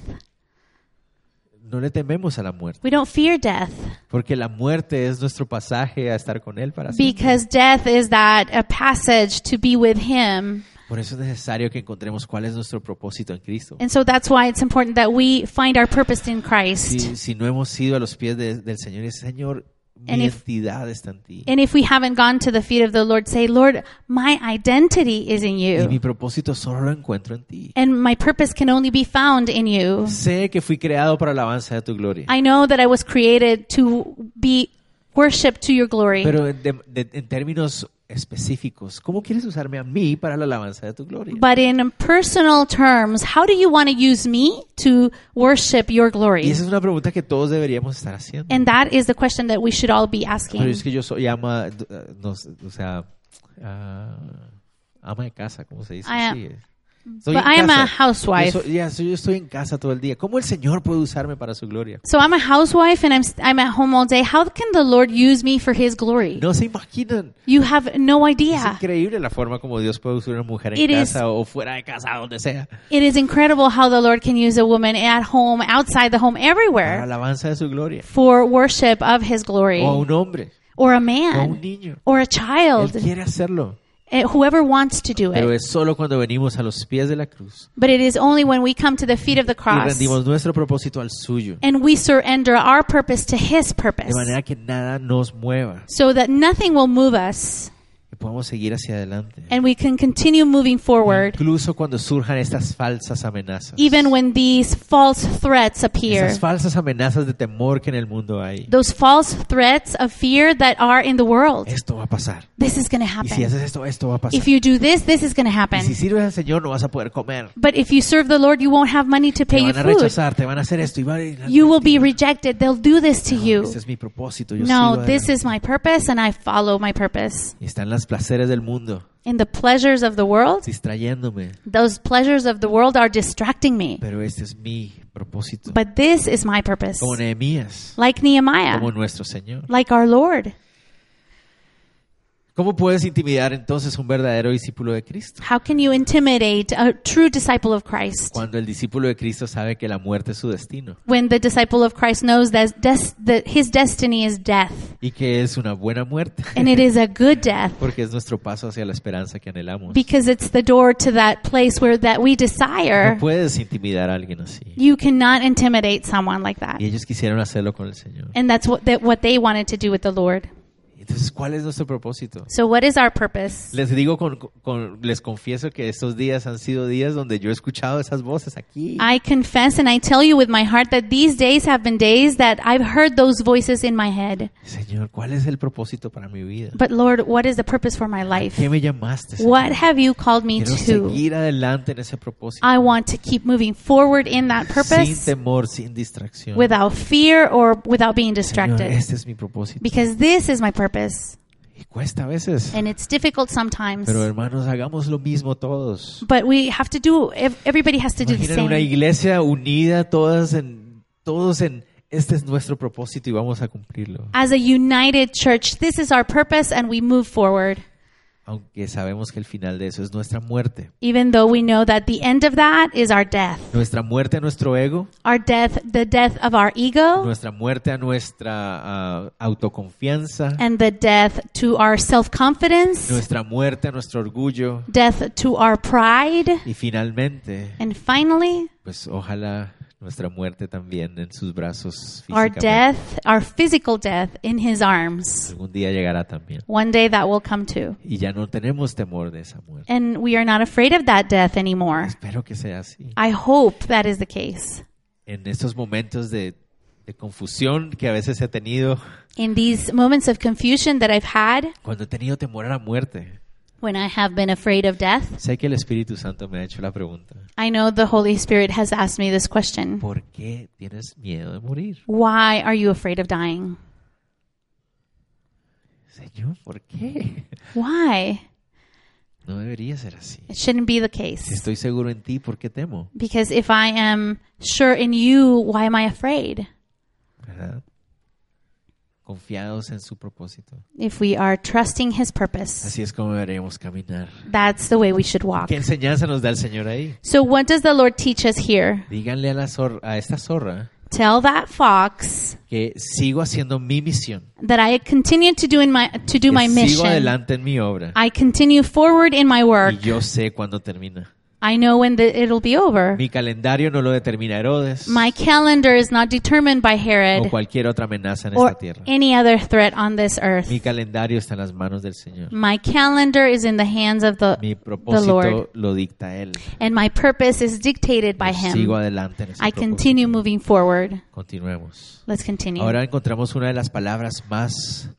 No le tememos a la muerte, We don't fear death porque la muerte es nuestro pasaje a estar con Él para siempre. because death is that a passage to be with Him. Por eso es necesario que encontremos cuál es nuestro propósito en Cristo. And so that's why it's Mm. important that we find our purpose in Christ. Si, si no hemos ido a los pies de- del Señor, es Señor, Mi And if- identidad está en ti. And if we haven't gone to the feet of the Lord, say, Lord, my identity is in Y mi you. propósito solo lo encuentro en ti. And my purpose can only be found in you. Sé que fui creado para la alabanza de tu gloria. I know that I was created to be worshiped to your glory. Pero en, de- de- en términos específicos, ¿cómo quieres usarme a mí para la alabanza de tu gloria? But in personal terms, how do you want to use me to worship your Y glory? esa es una pregunta que todos deberíamos estar haciendo. And that is the question that we should all be Pero asking. es que yo soy ama, eh, no sé, o sea, ah, ama de casa, ¿cómo se dice? I am- Sí, eh. Estoy But en I am casa. a housewife. Yo, soy- ya, soy- yo estoy en casa todo el día. ¿Cómo el Señor puede usarme para su gloria? So I'm a housewife and I'm, st- I'm at home all day. How can the Lord use me for his glory? No se imaginan. You have no Es idea. increíble la forma como Dios puede usar a una mujer en It is- Eh. casa o fuera de casa, donde sea. It is incredible how the Lord can use a woman at home, outside the home, Para la everywhere alabanza de su gloria. for worship of his glory O a un hombre, or o a a un man niño. or Oh, a Él child, quiere hacerlo. eh, whoever wants to do Pero it. es solo cuando venimos a los pies de la cruz But it is only when we come to the feet of the y cross rendimos nuestro propósito al suyo. and we surrender our purpose to his De purpose manera que nada nos mueva. so that nothing will move us Que podamos seguir hacia adelante. and we can continue moving forward Incluso cuando surjan estas falsas amenazas. even when these false threats appear. Esas falsas amenazas de temor que en el mundo hay. Those false threats of fear that are in the world. Esto va a pasar. This is going to Y si happen. haces esto, esto va a pasar. If you do this, this is going to Y happen. si sirves al Señor, no vas a poder comer. But if you serve the Lord, you won't have money to pay Te your van a food. rechazar, te van a hacer esto. Y va a ir- You will be rejected. They'll do this to No, you. Este es mi propósito. Yo sigo No, adelante. this is my purpose, and I follow my purpose. Y están las placeres del mundo In the pleasures of the world, distrayéndome. those pleasures of the world are distracting me. Pero este es mi propósito. But this is my purpose. Como Nehemías, Like como Nehemiah, nuestro Señor. like our Lord. ¿Cómo puedes intimidar entonces un verdadero discípulo de Cristo? How can you intimidate a true disciple of Christ Cuando el discípulo de Cristo sabe que la muerte es su destino when the disciple of Christ knows that, des- that his destiny is death? y que es una buena muerte, And it is a good death [laughs] porque es nuestro paso hacia la esperanza que anhelamos. because it's the door to that place where that we desire. No puedes intimidar a alguien así. You cannot intimidate someone like that. Y ellos quisieron hacerlo con el Señor. And that's what, that, what they wanted to do with the Lord. Entonces, ¿cuál es nuestro propósito? So, what is our purpose? Les digo, con, con- les confieso que estos días han sido días donde yo he escuchado esas voces aquí. I confess and I tell you with my heart that these days have been days that I've heard those voices in my head. Señor, ¿cuál es el propósito para mi vida? But, Lord, what is the purpose for my life? ¿Qué me llamaste? Señor? What have you called me Quiero to? seguir adelante en ese propósito. I want to keep moving forward in that Sin purpose temor, sin distracción. without fear or without being Señor, distracted. este es mi propósito. Because this is my purpose. Y cuesta a veces. And it's difficult sometimes. Pero hermanos, hagamos lo mismo todos. But we have to do, ev- everybody has to do the Imaginen una same. iglesia unida, todas en, todos en, este es nuestro propósito y vamos a cumplirlo. As a united church, this is our purpose and we move forward. Aunque sabemos que el final de eso es nuestra muerte. Even though we know that the end of that is our death. Nuestra muerte a nuestro ego, Our death, the death of our ego nuestra muerte a nuestra ah, autoconfianza, and the death to our self-confidence, nuestra muerte a nuestro orgullo. death to our pride, Y finalmente, and finally, pues ojalá nuestra muerte también en sus brazos our físicamente. death, our physical death in his arms. Algún día llegará también. One day that will come too. Y ya no tenemos temor de esa muerte. And we are not afraid of that death anymore. Espero que sea así. I hope that is the case. En estos momentos de, de confusión que a veces he tenido, In these moments of confusion that I've had cuando he tenido temor a la muerte, when I have been afraid of death, sé que el Espíritu Santo me ha hecho la pregunta. I know the Holy Spirit has asked me this question. ¿Por qué tienes miedo de morir? Why are you afraid of dying? Señor, ¿por qué? Why? No debería ser así. It shouldn't be the Si case. estoy seguro en ti, ¿por qué temo? Because if I am sure in you, why am I afraid? ¿Verdad? Confiados en su propósito. If we are trusting his purpose, Así es como deberíamos caminar. that's the way we should walk. ¿Qué enseñanza nos da el Señor ahí? So, what does the Lord teach us here? Díganle a, la zor- a esta zorra Tell that fox que sigo haciendo mi misión. that I continue to do in my to do que my sigo mission. adelante en mi obra. I continue forward in my work, Y yo sé cuándo termina. I know when the, it'll be over. Mi calendario no lo determina Herodes My calendar is not determined by o Herod cualquier otra amenaza en or esta tierra. any other threat on this earth. Mi calendario está en las manos del Señor. My calendar is in the hands of the, Mi the Lord, propósito lo dicta Él. and my purpose is dictated by Yo sigo Him. adelante en ese I propósito. continue moving forward. Continuemos. Let's continue. Ahora encontramos una de las palabras más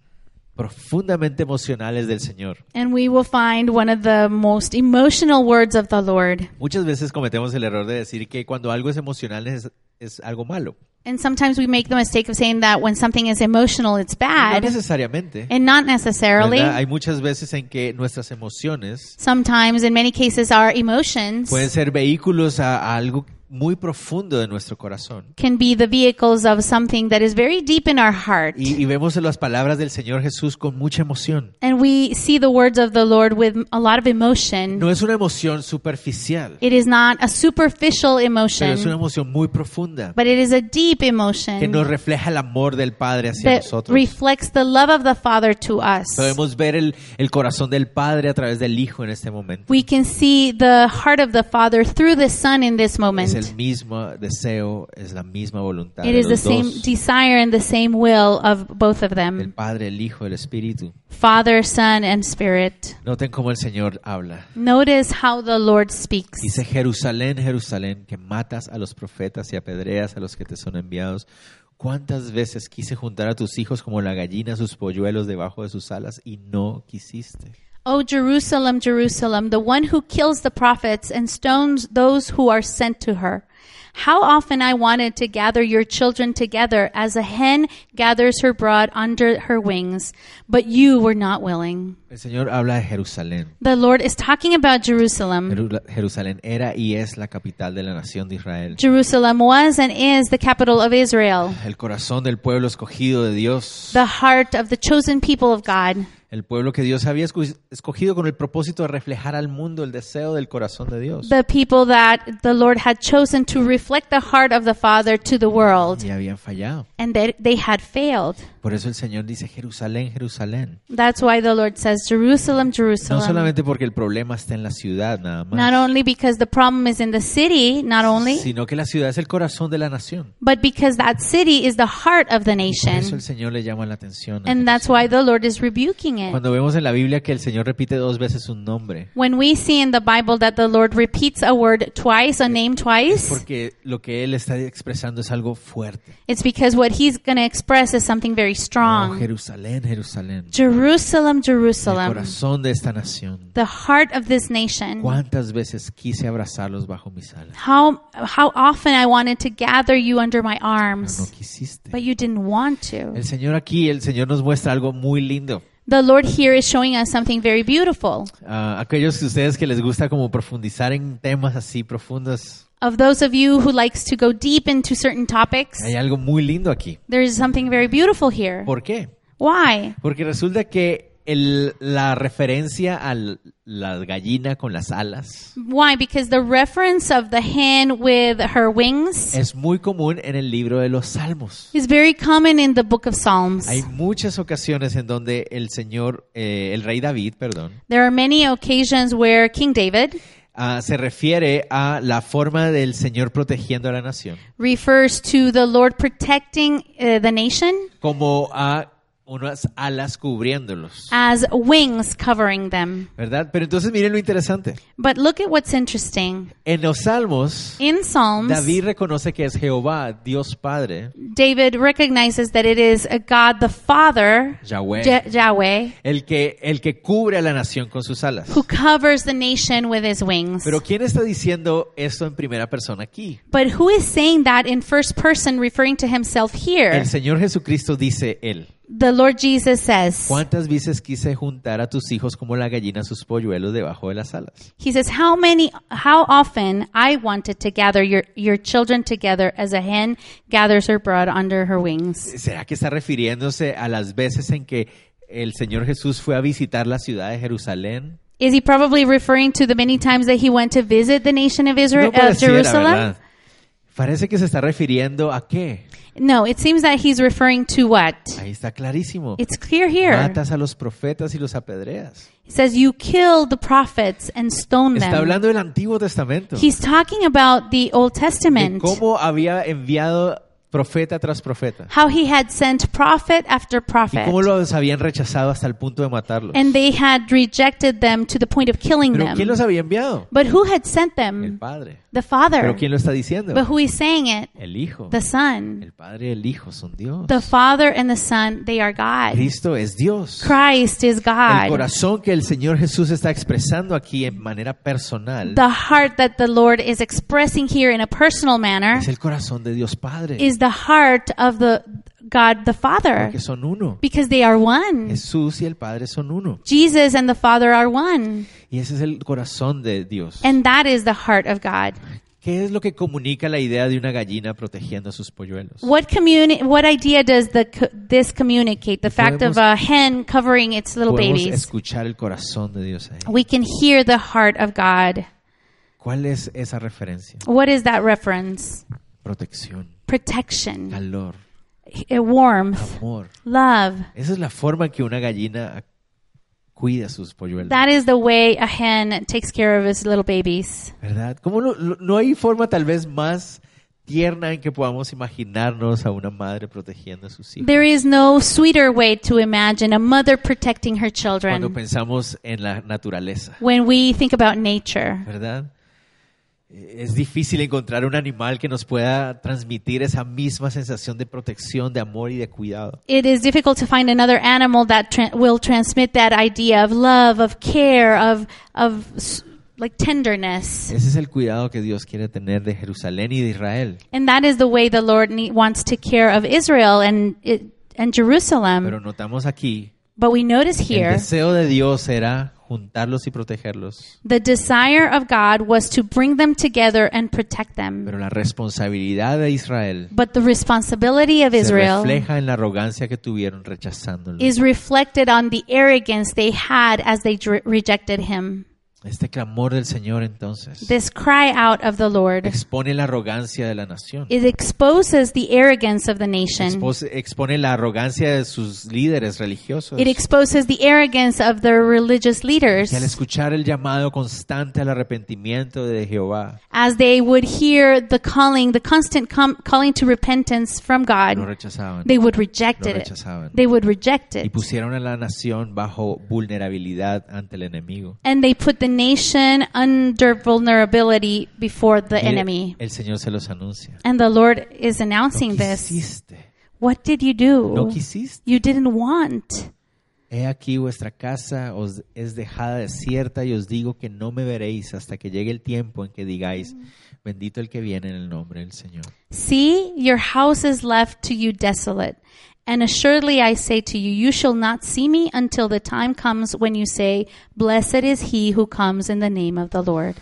profundamente emocionales del Señor. And we will find one of the most emotional words of the Lord. Muchas veces cometemos el error de decir que cuando algo es emocional es, es algo malo. And sometimes we make the mistake of saying that when something is emotional, it's No bad. necesariamente. And not necessarily. ¿verdad? Hay muchas veces en que nuestras emociones Sometimes, in many cases, our emotions pueden ser vehículos a, a algo muy profundo de nuestro corazón. can be the vehicles of something that is very deep in our heart. Y, y vemos las palabras del Señor Jesús con mucha emoción. And we see the words of the Lord with a lot of emotion. No es una emoción superficial, It is not a superficial pero es una emotion, emoción muy profunda but it is a deep que nos emotion refleja el amor del Padre hacia that nosotros. reflects the love of the Father to us. Podemos ver el, el corazón del Padre a través del Hijo en este momento. We can see the heart of the Father through the Son in this Es moment. el mismo deseo, es la misma voluntad It de is the los same dos, desire and the same will of both of del them Padre, el Hijo, el Espíritu. Father, Son, and Spirit. Noten cómo el Señor habla. Notice how the Lord speaks. Dice Jerusalén, Jerusalén, que matas a los profetas y apedreas a los que te son enviados. ¿Cuántas veces quise juntar a tus hijos como la gallina sus polluelos debajo de sus alas y no quisiste? O Jerusalem, Jerusalem, the one who kills the prophets and stones those who are sent to her. How often I wanted to gather your children together as a hen gathers her brood under her wings, but you were not willing. El Señor habla de Jerusalén. The Lord is talking about Jerusalem. Jeru- Jerusalén era y es la capital de la nación de Israel. Jerusalem was and is the capital of Israel, El corazón del pueblo escogido de Dios. the heart of the chosen people of God, El pueblo que Dios había escu- escogido con el propósito de reflejar al mundo el deseo del corazón de Dios. the people that the Lord had chosen to reflect the heart of the Father to the world, Y habían fallado. and that they had failed. Por eso el Señor dice Jerusalén, Jerusalén. That's why the Lord says, Jerusalem, No Jerusalem. solamente porque el problema está en la ciudad nada más, not only because the problem is in the city, not only, sino que la ciudad es el corazón de la nación. but because that city is the heart of the Por eso nation. el Señor le llama la atención. a And that's Jerusalén. why the Lord is rebuking it. Cuando vemos en la Biblia que el Señor repite dos veces un nombre, When we see in the Bible that the Lord repeats a word twice, a name twice, porque lo que Él está expresando es algo fuerte. it's because what he's going to express is something very Oh, strong. Jerusalén, Jerusalén, Jerusalem, el Jerusalem, corazón de esta nación. the heart of this nation. ¿Cuántas veces quise abrazarlos bajo mis alas? How, how often I wanted to gather you under my Pero no arms, but quisiste. you didn't want to. El Señor aquí, el Señor nos muestra algo muy lindo. The Lord here is showing us something very beautiful. A Ah, aquellos de ustedes que les gusta como profundizar en temas así profundos, Of those of you who likes to go deep into certain topics, Hay algo muy lindo aquí. there is something very beautiful here. ¿Por qué? Why? Porque resulta que el- la referencia a la gallina con las alas Why? Because the reference of the hen with her wings es muy común en el libro de los Salmos. is very common in the book of Hay Psalms. muchas ocasiones en donde el señor, eh, el rey David, perdón, There are many occasions where King David ah, se refiere a la forma del Señor protegiendo a la nación refers to the Lord protecting uh, the nation como a unas alas cubriéndolos, as wings covering them. ¿verdad? Pero entonces miren lo interesante. But look at what's interesting. En los Salmos, In Psalms, David reconoce que es Jehová, Dios Padre, David recognizes that it is a God the Father, Yahweh. Je- Yahweh, El que, el que cubre a la nación con sus alas. who covers the nation with his wings. Pero ¿quién está diciendo esto en primera persona aquí? But who is saying that in first person, referring to himself here? El Señor Jesucristo dice él. The Lord Jesus says, ¿Cuántas veces quise juntar a tus hijos como la gallina sus polluelos debajo de las alas? He says, How many, how often I wanted to gather your, your children together as a hen gathers her brood under her wings. ¿Será que está refiriéndose a las veces en que el Señor Jesús fue a visitar la ciudad de Jerusalén? Is he probably referring to the many times that he went to visit the nation of Israel, uh, No pareciera, Jerusalem? ¿verdad? Parece que se está refiriendo a qué. No, it seems that he's referring to what? Ahí está clarísimo. It's clear here. Matas a los profetas y los apedreas. He says, You kill the prophets and stone Está them. hablando del Antiguo Testamento. He's talking about the Old De Testament, cómo había enviado profeta tras profeta. how he had sent prophet after Y cómo prophet, los habían rechazado hasta el punto de matarlos. and they had rejected them to the point of killing Pero ¿quién them. los había enviado? But who had sent El them? Padre. The ¿Pero Father. quién lo está diciendo? Mm. But who is saying it? El Hijo. The Son. El Padre y el Hijo son Dios. The Father and the Son, they are God. Cristo es Dios. Christ is El God. corazón que el Señor Jesús está expresando aquí en manera personal The heart that the Lord is expressing here in a personal manner es el corazón de Dios Padre, is the heart of the God the Father que son uno. because they are one. Jesús y el Padre son uno. Jesus and the Father are one. Y ese es el corazón de Dios. And that is the heart of God. ¿Qué es lo que comunica la idea de una gallina protegiendo a sus polluelos? What communi- what idea does the co- this communicate? The fact of a hen covering its little Podemos babies. escuchar el corazón de Dios ahí. We can hear the heart of God. ¿Cuál es esa referencia? What is that reference? Protección, Protection, calor, eh, warmth, amor. love. Esa es la forma en que una gallina cuida a sus polluelos. That is the way a hen takes care of its little babies. ¿Verdad? ¿Cómo no, lo- no hay forma tal vez más tierna en que podamos imaginarnos a una madre protegiendo a sus hijos? There is no sweeter way to imagine a mother protecting her Cuando children pensamos en la naturaleza, when we think about nature. ¿verdad? Eh, Es difícil encontrar un animal que nos pueda transmitir esa misma sensación de protección, de amor y de cuidado. It is difficult to find another animal that tran will transmit that idea of love, of care, of of s- like tenderness. Ese es el cuidado que Dios quiere tener de Jerusalén y de Israel. And that is the way the Lord ne- wants to care of Israel and it, and Pero Jerusalem. notamos aquí, But we notice el Um, here deseo de Dios era juntarlos y protegerlos, the desire of God was to bring them together and protect them. pero la responsabilidad de Israel But the responsibility of se Israel refleja en la arrogancia que tuvieron rechazándolo. is reflected on the arrogance they had as they dr- rejected him. Este clamor del Señor entonces This cry out of the Lord expone la arrogancia de la nación, it exposes the arrogance of the nation. expose- expone la arrogancia de sus líderes religiosos. It exposes the arrogance of their religious Y al leaders escuchar el llamado constante al arrepentimiento de Jehová, as they would hear the calling, the constant com- calling to repentance from lo God. rechazaban They would reject Lo it. rechazaban. They would reject y it. pusieron a la nación bajo vulnerabilidad ante el enemigo. And they put the nation under vulnerability before the Y el- enemy. El Señor se los anuncia. And the Lord is announcing No this. quisiste, What did you no do? quisiste. You didn't want. He aquí vuestra casa os es dejada desierta y os digo que no me veréis hasta que llegue el tiempo en que digáis, bendito el que viene en el nombre del Señor. See, your house is left to you desolate. And assuredly I say to you, you shall not see me until the time comes when you say, Blessed is he who comes in the name of the Lord.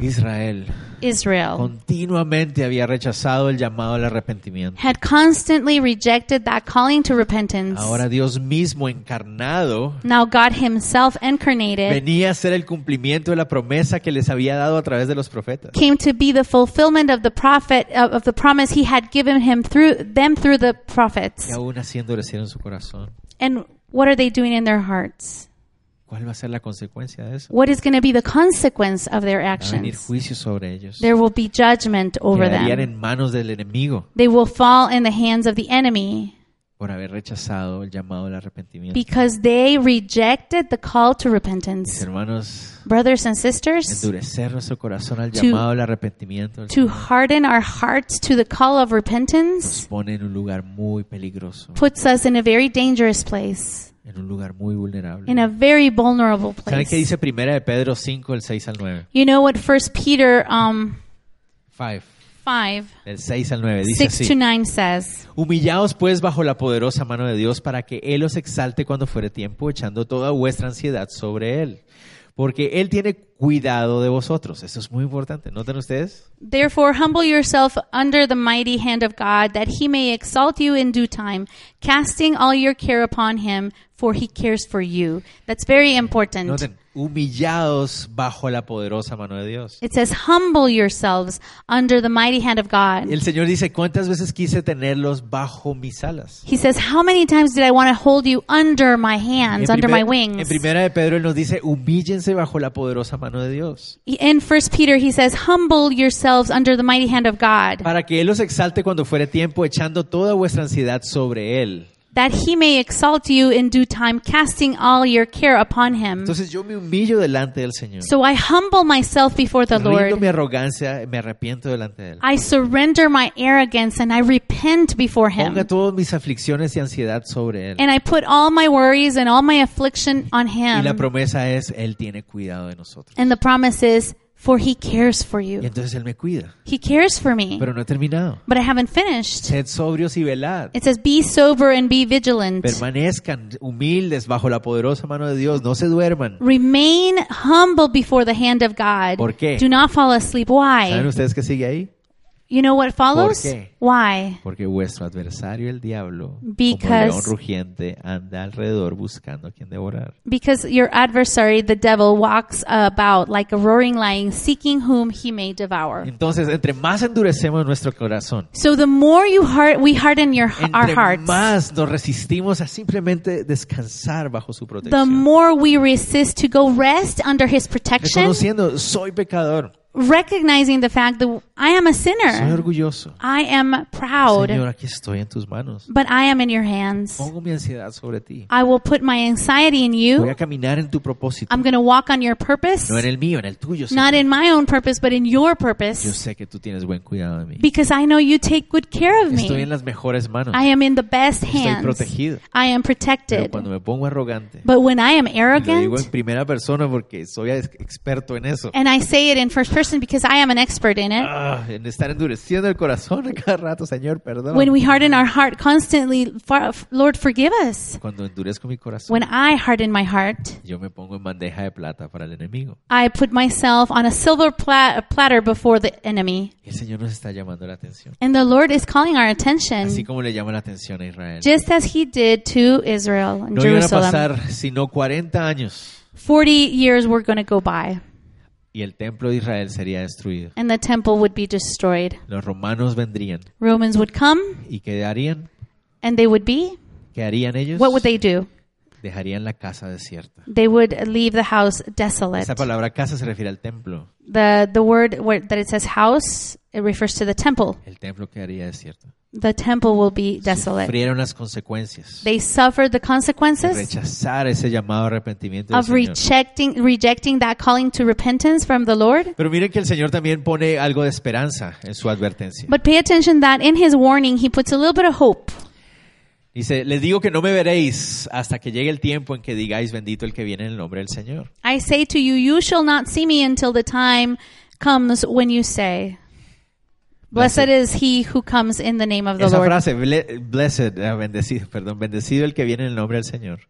Israel Israel continuamente había rechazado el llamado al arrepentimiento. had constantly rejected that calling to repentance. Ahora Dios mismo encarnado Now God himself incarnated venía a ser el cumplimiento de la promesa que les había dado a través de los profetas. came to be the fulfillment of the prophet of, of the promise he had given him through them through the Que prophets. aún así endurecieron su corazón. And what are they doing in their hearts? ¿Cuál va a ser la consecuencia de eso? what is going to be the consequence of their Va a venir actions. juicio sobre ellos. There will be judgment over Quedarían them. en manos del enemigo. They will fall in the hands of the enemy por haber rechazado el llamado al arrepentimiento. because they rejected the call to Mis repentance. hermanos, Brothers and sisters, endurecer nuestro corazón al To- llamado al arrepentimiento del to Señor harden our hearts to the call of repentance pone en un lugar muy peligroso, puts us in a very dangerous place, en un lugar muy vulnerable. in a very vulnerable ¿Saben qué place. dice primera de Pedro 5, del 6 al 9? You know what First Peter um, 5, 5, del 6 al 9, dice 6 to así. 9 says, Humillaos pues bajo la poderosa mano de Dios para que Él os exalte cuando fuere tiempo, echando toda vuestra ansiedad sobre Él. Porque Él tiene cuidado de vosotros. Eso es muy importante. ¿Notan ustedes? Therefore, humble yourself under the mighty hand of God, that he may exalt you in due time, casting all your care upon him, for he cares for you. That's very important. Noten, humillados bajo la poderosa mano de Dios. It says, humble yourselves under the mighty hand of God. El Señor dice, ¿cuántas veces quise tenerlos bajo mis alas? He says, How many times did I want to hold you under my En, hands, under my primer- en wings? primera de Pedro él nos dice, humíllense bajo la poderosa mano de Dios, In First Peter, he says, Humble yourselves under the mighty hand of God, para que Él los exalte cuando fuere tiempo, echando toda vuestra ansiedad sobre Él. that he may exalt you in due time, casting all your care upon him. Entonces yo me humillo delante del Señor. So I humble myself before the Rindo mi Lord. arrogancia, me arrepiento delante de Él. I surrender my arrogance and I repent before Ponga him. todas mis aflicciones y ansiedad sobre Él. And I put all my worries and all my affliction on Y la him. promesa es, Él tiene cuidado de nosotros. And the promise is, For he cares for Y you. entonces Él me cuida. He cares for me. Pero no he terminado. But I haven't finished. Sed sobrios y velad. It says, Be sober and be vigilant. Permanezcan humildes bajo la poderosa mano de Dios. No se duerman. Remain humble before the hand of God. ¿Por qué? Do not fall asleep. Why? ¿Saben ustedes qué sigue ahí? you know what follows? ¿Por qué? Why? Porque vuestro adversario, el diablo, como Because- león rugiente, anda alrededor buscando a quien devorar. Because your adversary, the devil, walks about like a roaring lion, seeking whom he may devour. Entonces, entre más endurecemos nuestro corazón, So the more you heart, we harden your, our entre hearts, más nos resistimos a simplemente descansar bajo su the protección. more we resist to go rest under his protection, Reconociendo, soy pecador, recognizing the fact that I am a soy sinner. orgulloso. I am proud, Señor, aquí estoy en tus manos. but I am in your hands. Pongo mi ansiedad sobre ti. I will put my anxiety in you. Oh. Voy a caminar en tu propósito. I'm going to walk on your purpose, No en el mío, en el tuyo. Señor. not in my own purpose, but in your Yo purpose, sé que tú tienes buen cuidado de mí. because I know you take good care of Estoy en me. las mejores manos. I am in the best Estoy hands. protegido. I am Pero protected. cuando me pongo arrogante, But when I am y lo digo en arrogant, primera persona porque soy ex- experto en eso. and I say it in first person because I am an expert in it, Ah, en estar endureciendo el corazón a cada rato, Señor, perdón. when we harden our heart constantly, fa- Lord, forgive us. Cuando endurezco mi corazón, When I harden my heart, yo me pongo en bandeja de plata para el enemigo. I put myself on a silver pla- platter before the enemy. El Señor nos está llamando la atención. And the Lord is calling our Así attention, como le llama la atención a Israel. just as He did to Israel and No iban a Jerusalem. pasar sino 40 años 40 years were going to go by y el templo de Israel sería destruido. and the temple would be destroyed. Los romanos vendrían Romans would come y quedarían, and they would be. ¿qué harían ellos? What would they do? Dejarían la casa desierta. They would leave the house desolate. Esa palabra casa se refiere al templo. The, the word where, that it says house, it refers to the temple. El templo quedaría desierto. The temple will be desolate. Sufrieron las consecuencias They suffered the de consequences rechazar ese llamado a arrepentimiento del of Señor. rejecting, rejecting that calling to repentance from the Lord. Pero miren que el Señor también pone algo de esperanza en su advertencia. But pay attention that in his warning, he puts a little bit of hope. Dice, les digo que no me veréis hasta que llegue el tiempo en que digáis bendito el que viene en el nombre del Señor. I say to you, you shall not see me until the time comes when you say, Blessed Blessed. is he who comes in the name of the Esa Lord. frase, ble- blessed, eh, bendecido, perdón, bendecido el que viene en el nombre del Señor.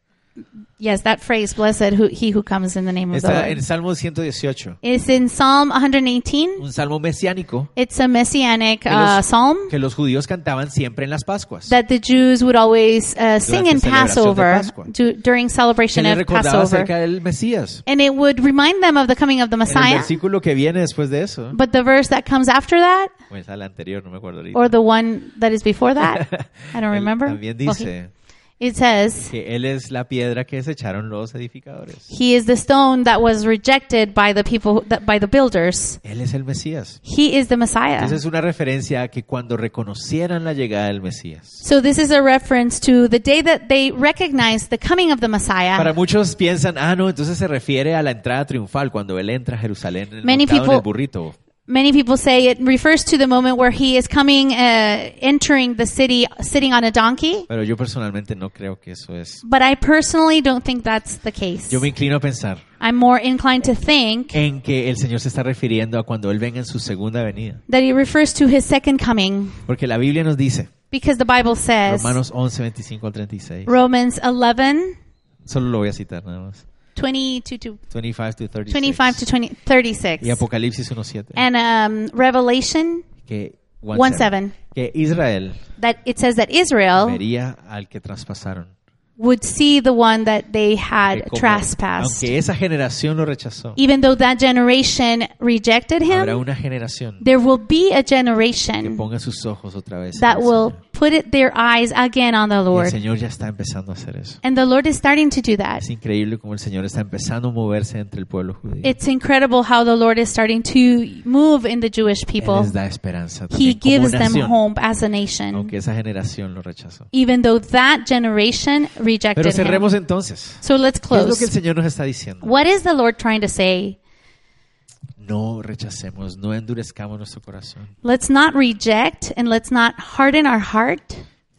Yes, that phrase, blessed who, he who comes in the name of the Está en Lord. Salmo 118, It's in Psalm 118. un salmo mesiánico It's a messianic que los- uh, psalm que los judíos cantaban siempre en las Pascuas. that the Jews would always uh, sing Durante in celebración de Passover, Pascua. du- during Que celebration les of recordaba acerca Passover. del Mesías. And it would remind them of the coming of the En el Messiah. versículo que viene después de eso, But the verse that comes after that, o es al anterior, no me acuerdo ahorita. or the one that is before [laughs] that, I don't Él remember. También Well, dice he- it says, que él es la piedra que desecharon los edificadores. He is the stone that was rejected by the people, that, by the builders. Él es el Mesías. He is the Messiah. Esa es una referencia a que cuando reconocieran la llegada del Mesías. So this is a reference to the day that they recognized the coming of the Para Messiah. muchos piensan, ah, no, entonces se refiere a la entrada triunfal, cuando él entra a Jerusalén en el, Many montado en el people- burrito. Many people say it refers to the moment where he is coming, uh, entering the city, sitting on a donkey. Pero yo personalmente no creo que eso es. But I personally don't think that's the case. Yo me inclino a pensar I'm more inclined to think en que el Señor se está refiriendo a cuando Él venga en su segunda venida. that he refers to his second coming Porque la Biblia nos dice, because the Bible says Romanos 11, 25 al 36. Romans 11, Solo lo voy a citar nada más. 22 to 25 to 36. 25 to 20, 36. Y Apocalipsis 1.7. And um, Revelation Que 1 1:7, 7, Que Israel that it says that Israel vería al que traspasaron. would see the one that they Que had como- trespassed. Aunque esa generación lo rechazó, Even though that generation rejected habrá him, una generación there will be a que generation ponga sus ojos otra vez. en that el will Señor. put it, their eyes again on the Y el Lord. Señor ya está empezando a hacer eso. And the Lord is starting to do that. Es increíble cómo el Señor está empezando a moverse entre el pueblo judío. It's incredible how the Lord is starting to move in the Jewish Él les people. da esperanza. He también como gives them nación, hope as a nation, Aunque esa generación lo rechazó. even though that generation Pero rejected him. cerremos entonces. So let's ¿Qué es lo que el close. Señor nos está diciendo? What is the Lord trying to say? No rechacemos, no endurezcamos nuestro corazón. Let's not reject and let's not harden our heart.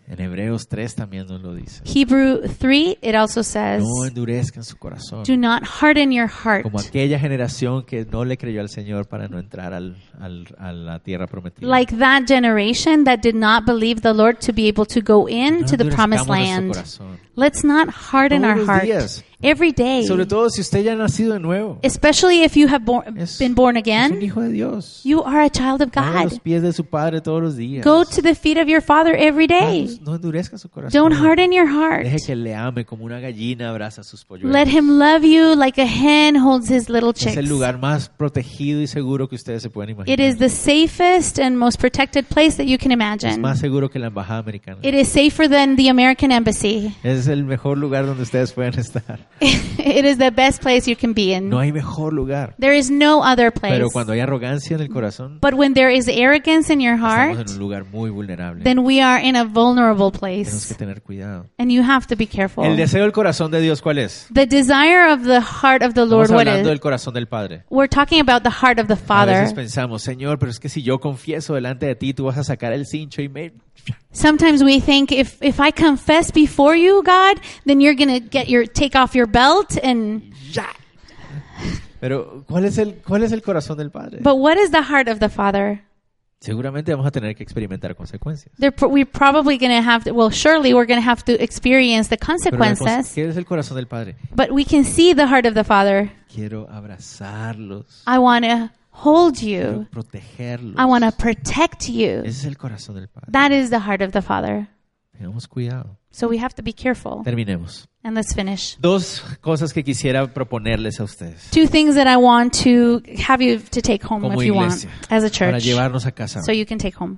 En Hebreos 3 también nos lo dice. Hebrew 3, it also says, No endurezcan su corazón. Do not harden your heart Como aquella generación que no le creyó al Señor para no entrar al, al- a la tierra prometida. like that generation that did not believe the Lord to be able to no go into the promised endurezcamos nuestro land. corazón. Let's not harden Todos our los heart días. every day, Sobre todo si usted ya ha nacido de nuevo. especially if you have bor- Es- been born Es un again. hijo de Dios. You are a child of Vaya a los God. pies de su padre todos los días. Go to the feet of your Father every day. No, no endurezca su corazón. Don't harden your heart. Deje que le ame como una gallina abraza a sus polluelos. Let Him love you like a hen holds his little es el chicks. lugar más protegido y seguro que ustedes se pueden It imaginar. is the safest and most protected place that you can es imagine. más seguro que la embajada americana. It is safer than the American embassy. [laughs] es el mejor lugar donde ustedes pueden estar. it is the best place you can be in. No hay mejor lugar. There is no other place. Pero cuando hay arrogancia en el corazón, But when there is arrogance in your estamos en heart, un lugar muy vulnerable. then we are in a vulnerable Tenemos que place. tener cuidado. And you have to be careful. El deseo del corazón de Dios, ¿cuál es? The desire of the heart of the Lord, Estamos what hablando del is? corazón del Padre. We're talking about the heart of the A veces Father. pensamos, Señor, pero es que si yo confieso delante de ti, tú vas a sacar el cincho y me... Sometimes we think if, if I confess before you, God, then you're going to get your take off your belt and ¡Ya! Pero, ¿cuál es, el, ¿cuál es el corazón del Padre? but what is the heart of the Father? Seguramente vamos a tener que experimentar consecuencias. They're, pro- we're probably going to have to, well, surely we're going to have to experience the Pero la cosa- consequences, ¿Qué es el corazón del Padre? but we can see the heart of the Father. Quiero abrazarlos. I want to hold Quiero you. protegerlos. I want to protect you. Ese es el corazón del Padre. That is the heart of the Father. Tengamos cuidado. So we have to be careful. Terminemos. And let's finish. Dos cosas que quisiera proponerles a ustedes Two things that I want to have you to take home Como if you iglesia, want as a para church. llevarnos a casa. So you can take home.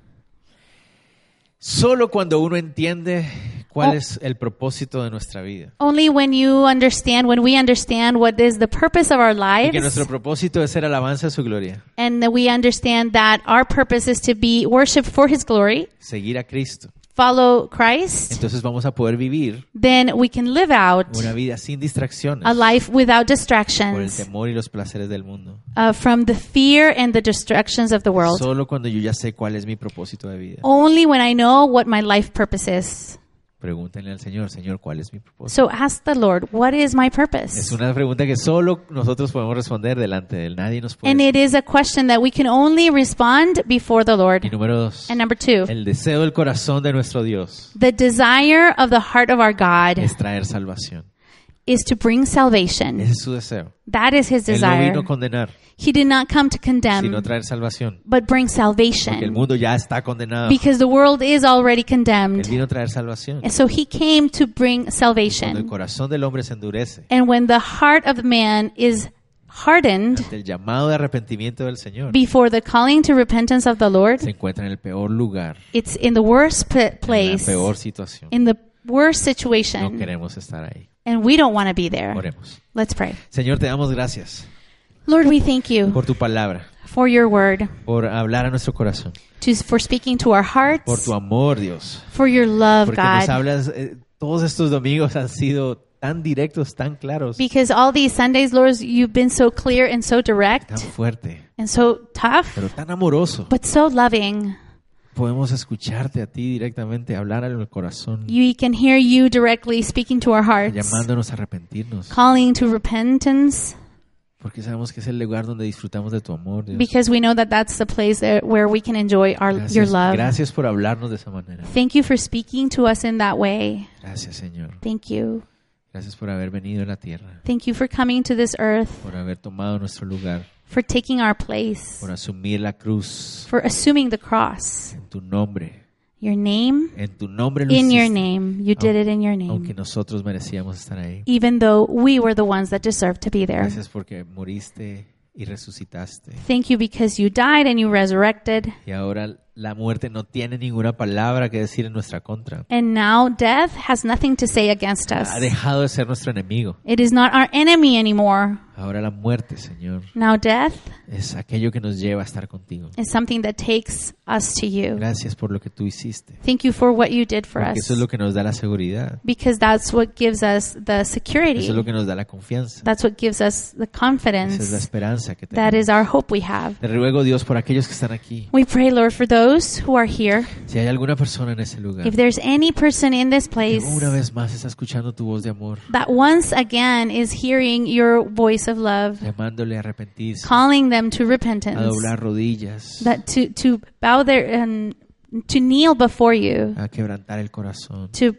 Solo cuando uno entiende cuál Oh. es el propósito de nuestra vida. Only when you understand, when we understand what is the purpose of our Y que lives, nuestro propósito es ser alabanza de su gloria, and that we understand that our purpose is to be worshiped for His glory, seguir a Cristo. follow Christ, Entonces vamos a poder vivir then we can live out una vida sin distracciones a life without por el distractions temor y los placeres del mundo. uh, from the fear and the distractions of the world. Oh. Solo cuando yo ya sé cuál es mi propósito de vida. Only when I know what my life purpose is. Pregúntenle al Señor, Señor, ¿cuál es mi propósito? So ask the Lord, what is my Es purpose? una pregunta que solo nosotros podemos responder delante de él. Nadie nos puede. And it is a question that we can only respond before the Y Lord. número dos, And number two, el deseo del corazón de nuestro Dios the desire of the heart of our God es traer salvación. is to bring Ese salvation. es su deseo. That is his Él no Mm. desire. Um, vino a condenar, He did not come to sino condemn, traer salvación. but bring Porque el salvation. mundo ya está condenado. Because the world is already Él condemned. vino a traer salvación. And so he came to bring Cuando el salvation. corazón del hombre se endurece And when the heart of man is hardened ante el llamado de arrepentimiento del Señor, before the calling to repentance of the se Lord, encuentra en el peor lugar, it's in the worst p- en la place. peor situación. in the worst No situation queremos estar ahí. and we don't want to be there. Oremos. Let's pray. Señor, te damos gracias Lord, we thank you por tu palabra, for your word, por hablar a nuestro corazón, to, for speaking to our por hearts, tu amor, Dios. for your love, Porque nos God. hablas, eh, todos estos domingos han sido tan directos, tan claros, Because all these Sundays, Lord, you've been so clear and so tan direct fuerte, and so tough, pero tan amoroso. but so loving. Podemos escucharte a ti directamente, hablar al corazón, You can hear you directly speaking to our hearts, llamándonos a arrepentirnos, calling to repentance, porque sabemos que es el lugar donde disfrutamos de tu amor, Dios. because we know that that's the place that, where we can enjoy our, your Gracias, love. gracias por hablarnos de esa manera. Thank you for speaking to us in that way. Gracias, Señor. Thank you. Gracias por haber venido a la tierra, Thank you for coming to this earth, por haber tomado nuestro lugar, for taking our place, por asumir la cruz for assuming the cross. en tu nombre. Your name, En tu nombre lo in your hiciste, name. You did it in your aunque name. nosotros merecíamos estar ahí. Even though we were the ones that deserved to be there. Gracias porque moriste y resucitaste. Thank you because you died and you resurrected. Y ahora la muerte no tiene ninguna palabra que decir en nuestra contra. And now death has nothing to say against us. Ha dejado de ser nuestro enemigo. It is not our enemy anymore. Ahora la muerte, Señor, Now death es aquello que nos lleva a estar contigo. is something that takes us to you. Gracias por lo que tú hiciste. Thank you for what you did for Porque us. eso es lo que nos da la seguridad. Because that's what gives us the security. Eso es lo que nos da la confianza. That's what gives us the Esa es la confidence. esperanza que That tenemos. is our hope we have. Te ruego, Dios, por aquellos que están aquí. We pray, Lord, for those who are here. Si hay alguna persona en ese lugar If there's any person in this que place una vez más está escuchando tu voz de amor, that once again is hearing your voice of love, llamándole a arrepentirse, calling them to a repentance, doblar rodillas, that to, to bow their and to kneel before you, a quebrantar el corazón. to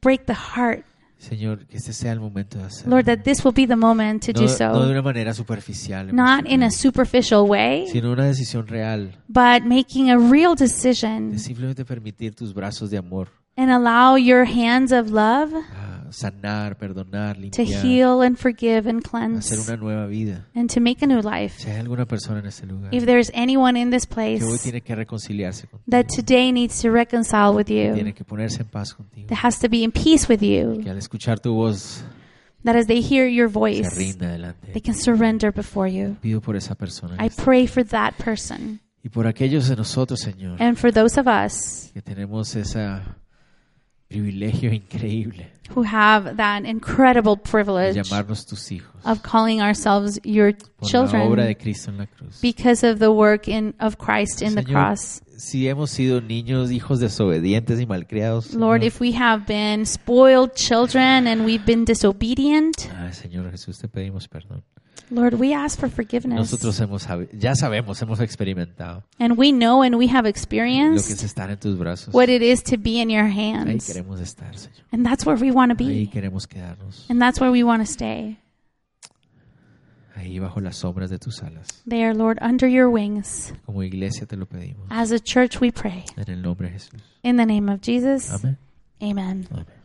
break the heart. Señor, que este sea el momento de hacerlo. Lord, that this will be the moment to no, do no de so. una manera superficial, Not in a emocional, superficial way, sino una decisión real but making a real de decision simplemente permitir tus brazos de amor and allow your hands of love a sanar, perdonar, to limpiar, heal and forgive hacer and cleanse una nueva vida. and to make a new life. Si hay alguna persona en este lugar If there's anyone in this que hoy place tiene que reconciliarse contigo, that today needs to reconcile with que you, tiene que ponerse en paz contigo, that has to be in peace with que you, al escuchar tu voz that as they hear your se voice, rinda they adelante. can surrender before you. Pido por esa persona en I este- pray for that person y por aquellos de nosotros, Señor, and for those of us que tenemos ese privilegio increíble who have that incredible de privilege llamarnos tus hijos. of calling ourselves your por la obra children de Cristo en la cruz. because of the work in, of Christ in the Señor, cross. Si hemos sido niños, hijos desobedientes y malcriados, Señor, Lord, if we have been spoiled children and we've been disobedient, Ay, Señor Jesús, te pedimos perdón. Lord, we ask for forgiveness. Nosotros hemos, sabi- ya sabemos, hemos experimentado And we know and we have lo que es experienced estar en tus brazos. what it is to be in your Ahí hands. queremos estar, Señor. And that's where we want to Ahí be. queremos quedarnos. And that's where we want to stay. Ahí bajo las sombras de tus alas. There, Lord, under your wings. Como iglesia te lo pedimos. As a church, we pray. En el nombre de Jesús. In the name of Jesus, Amén. amen. Amén.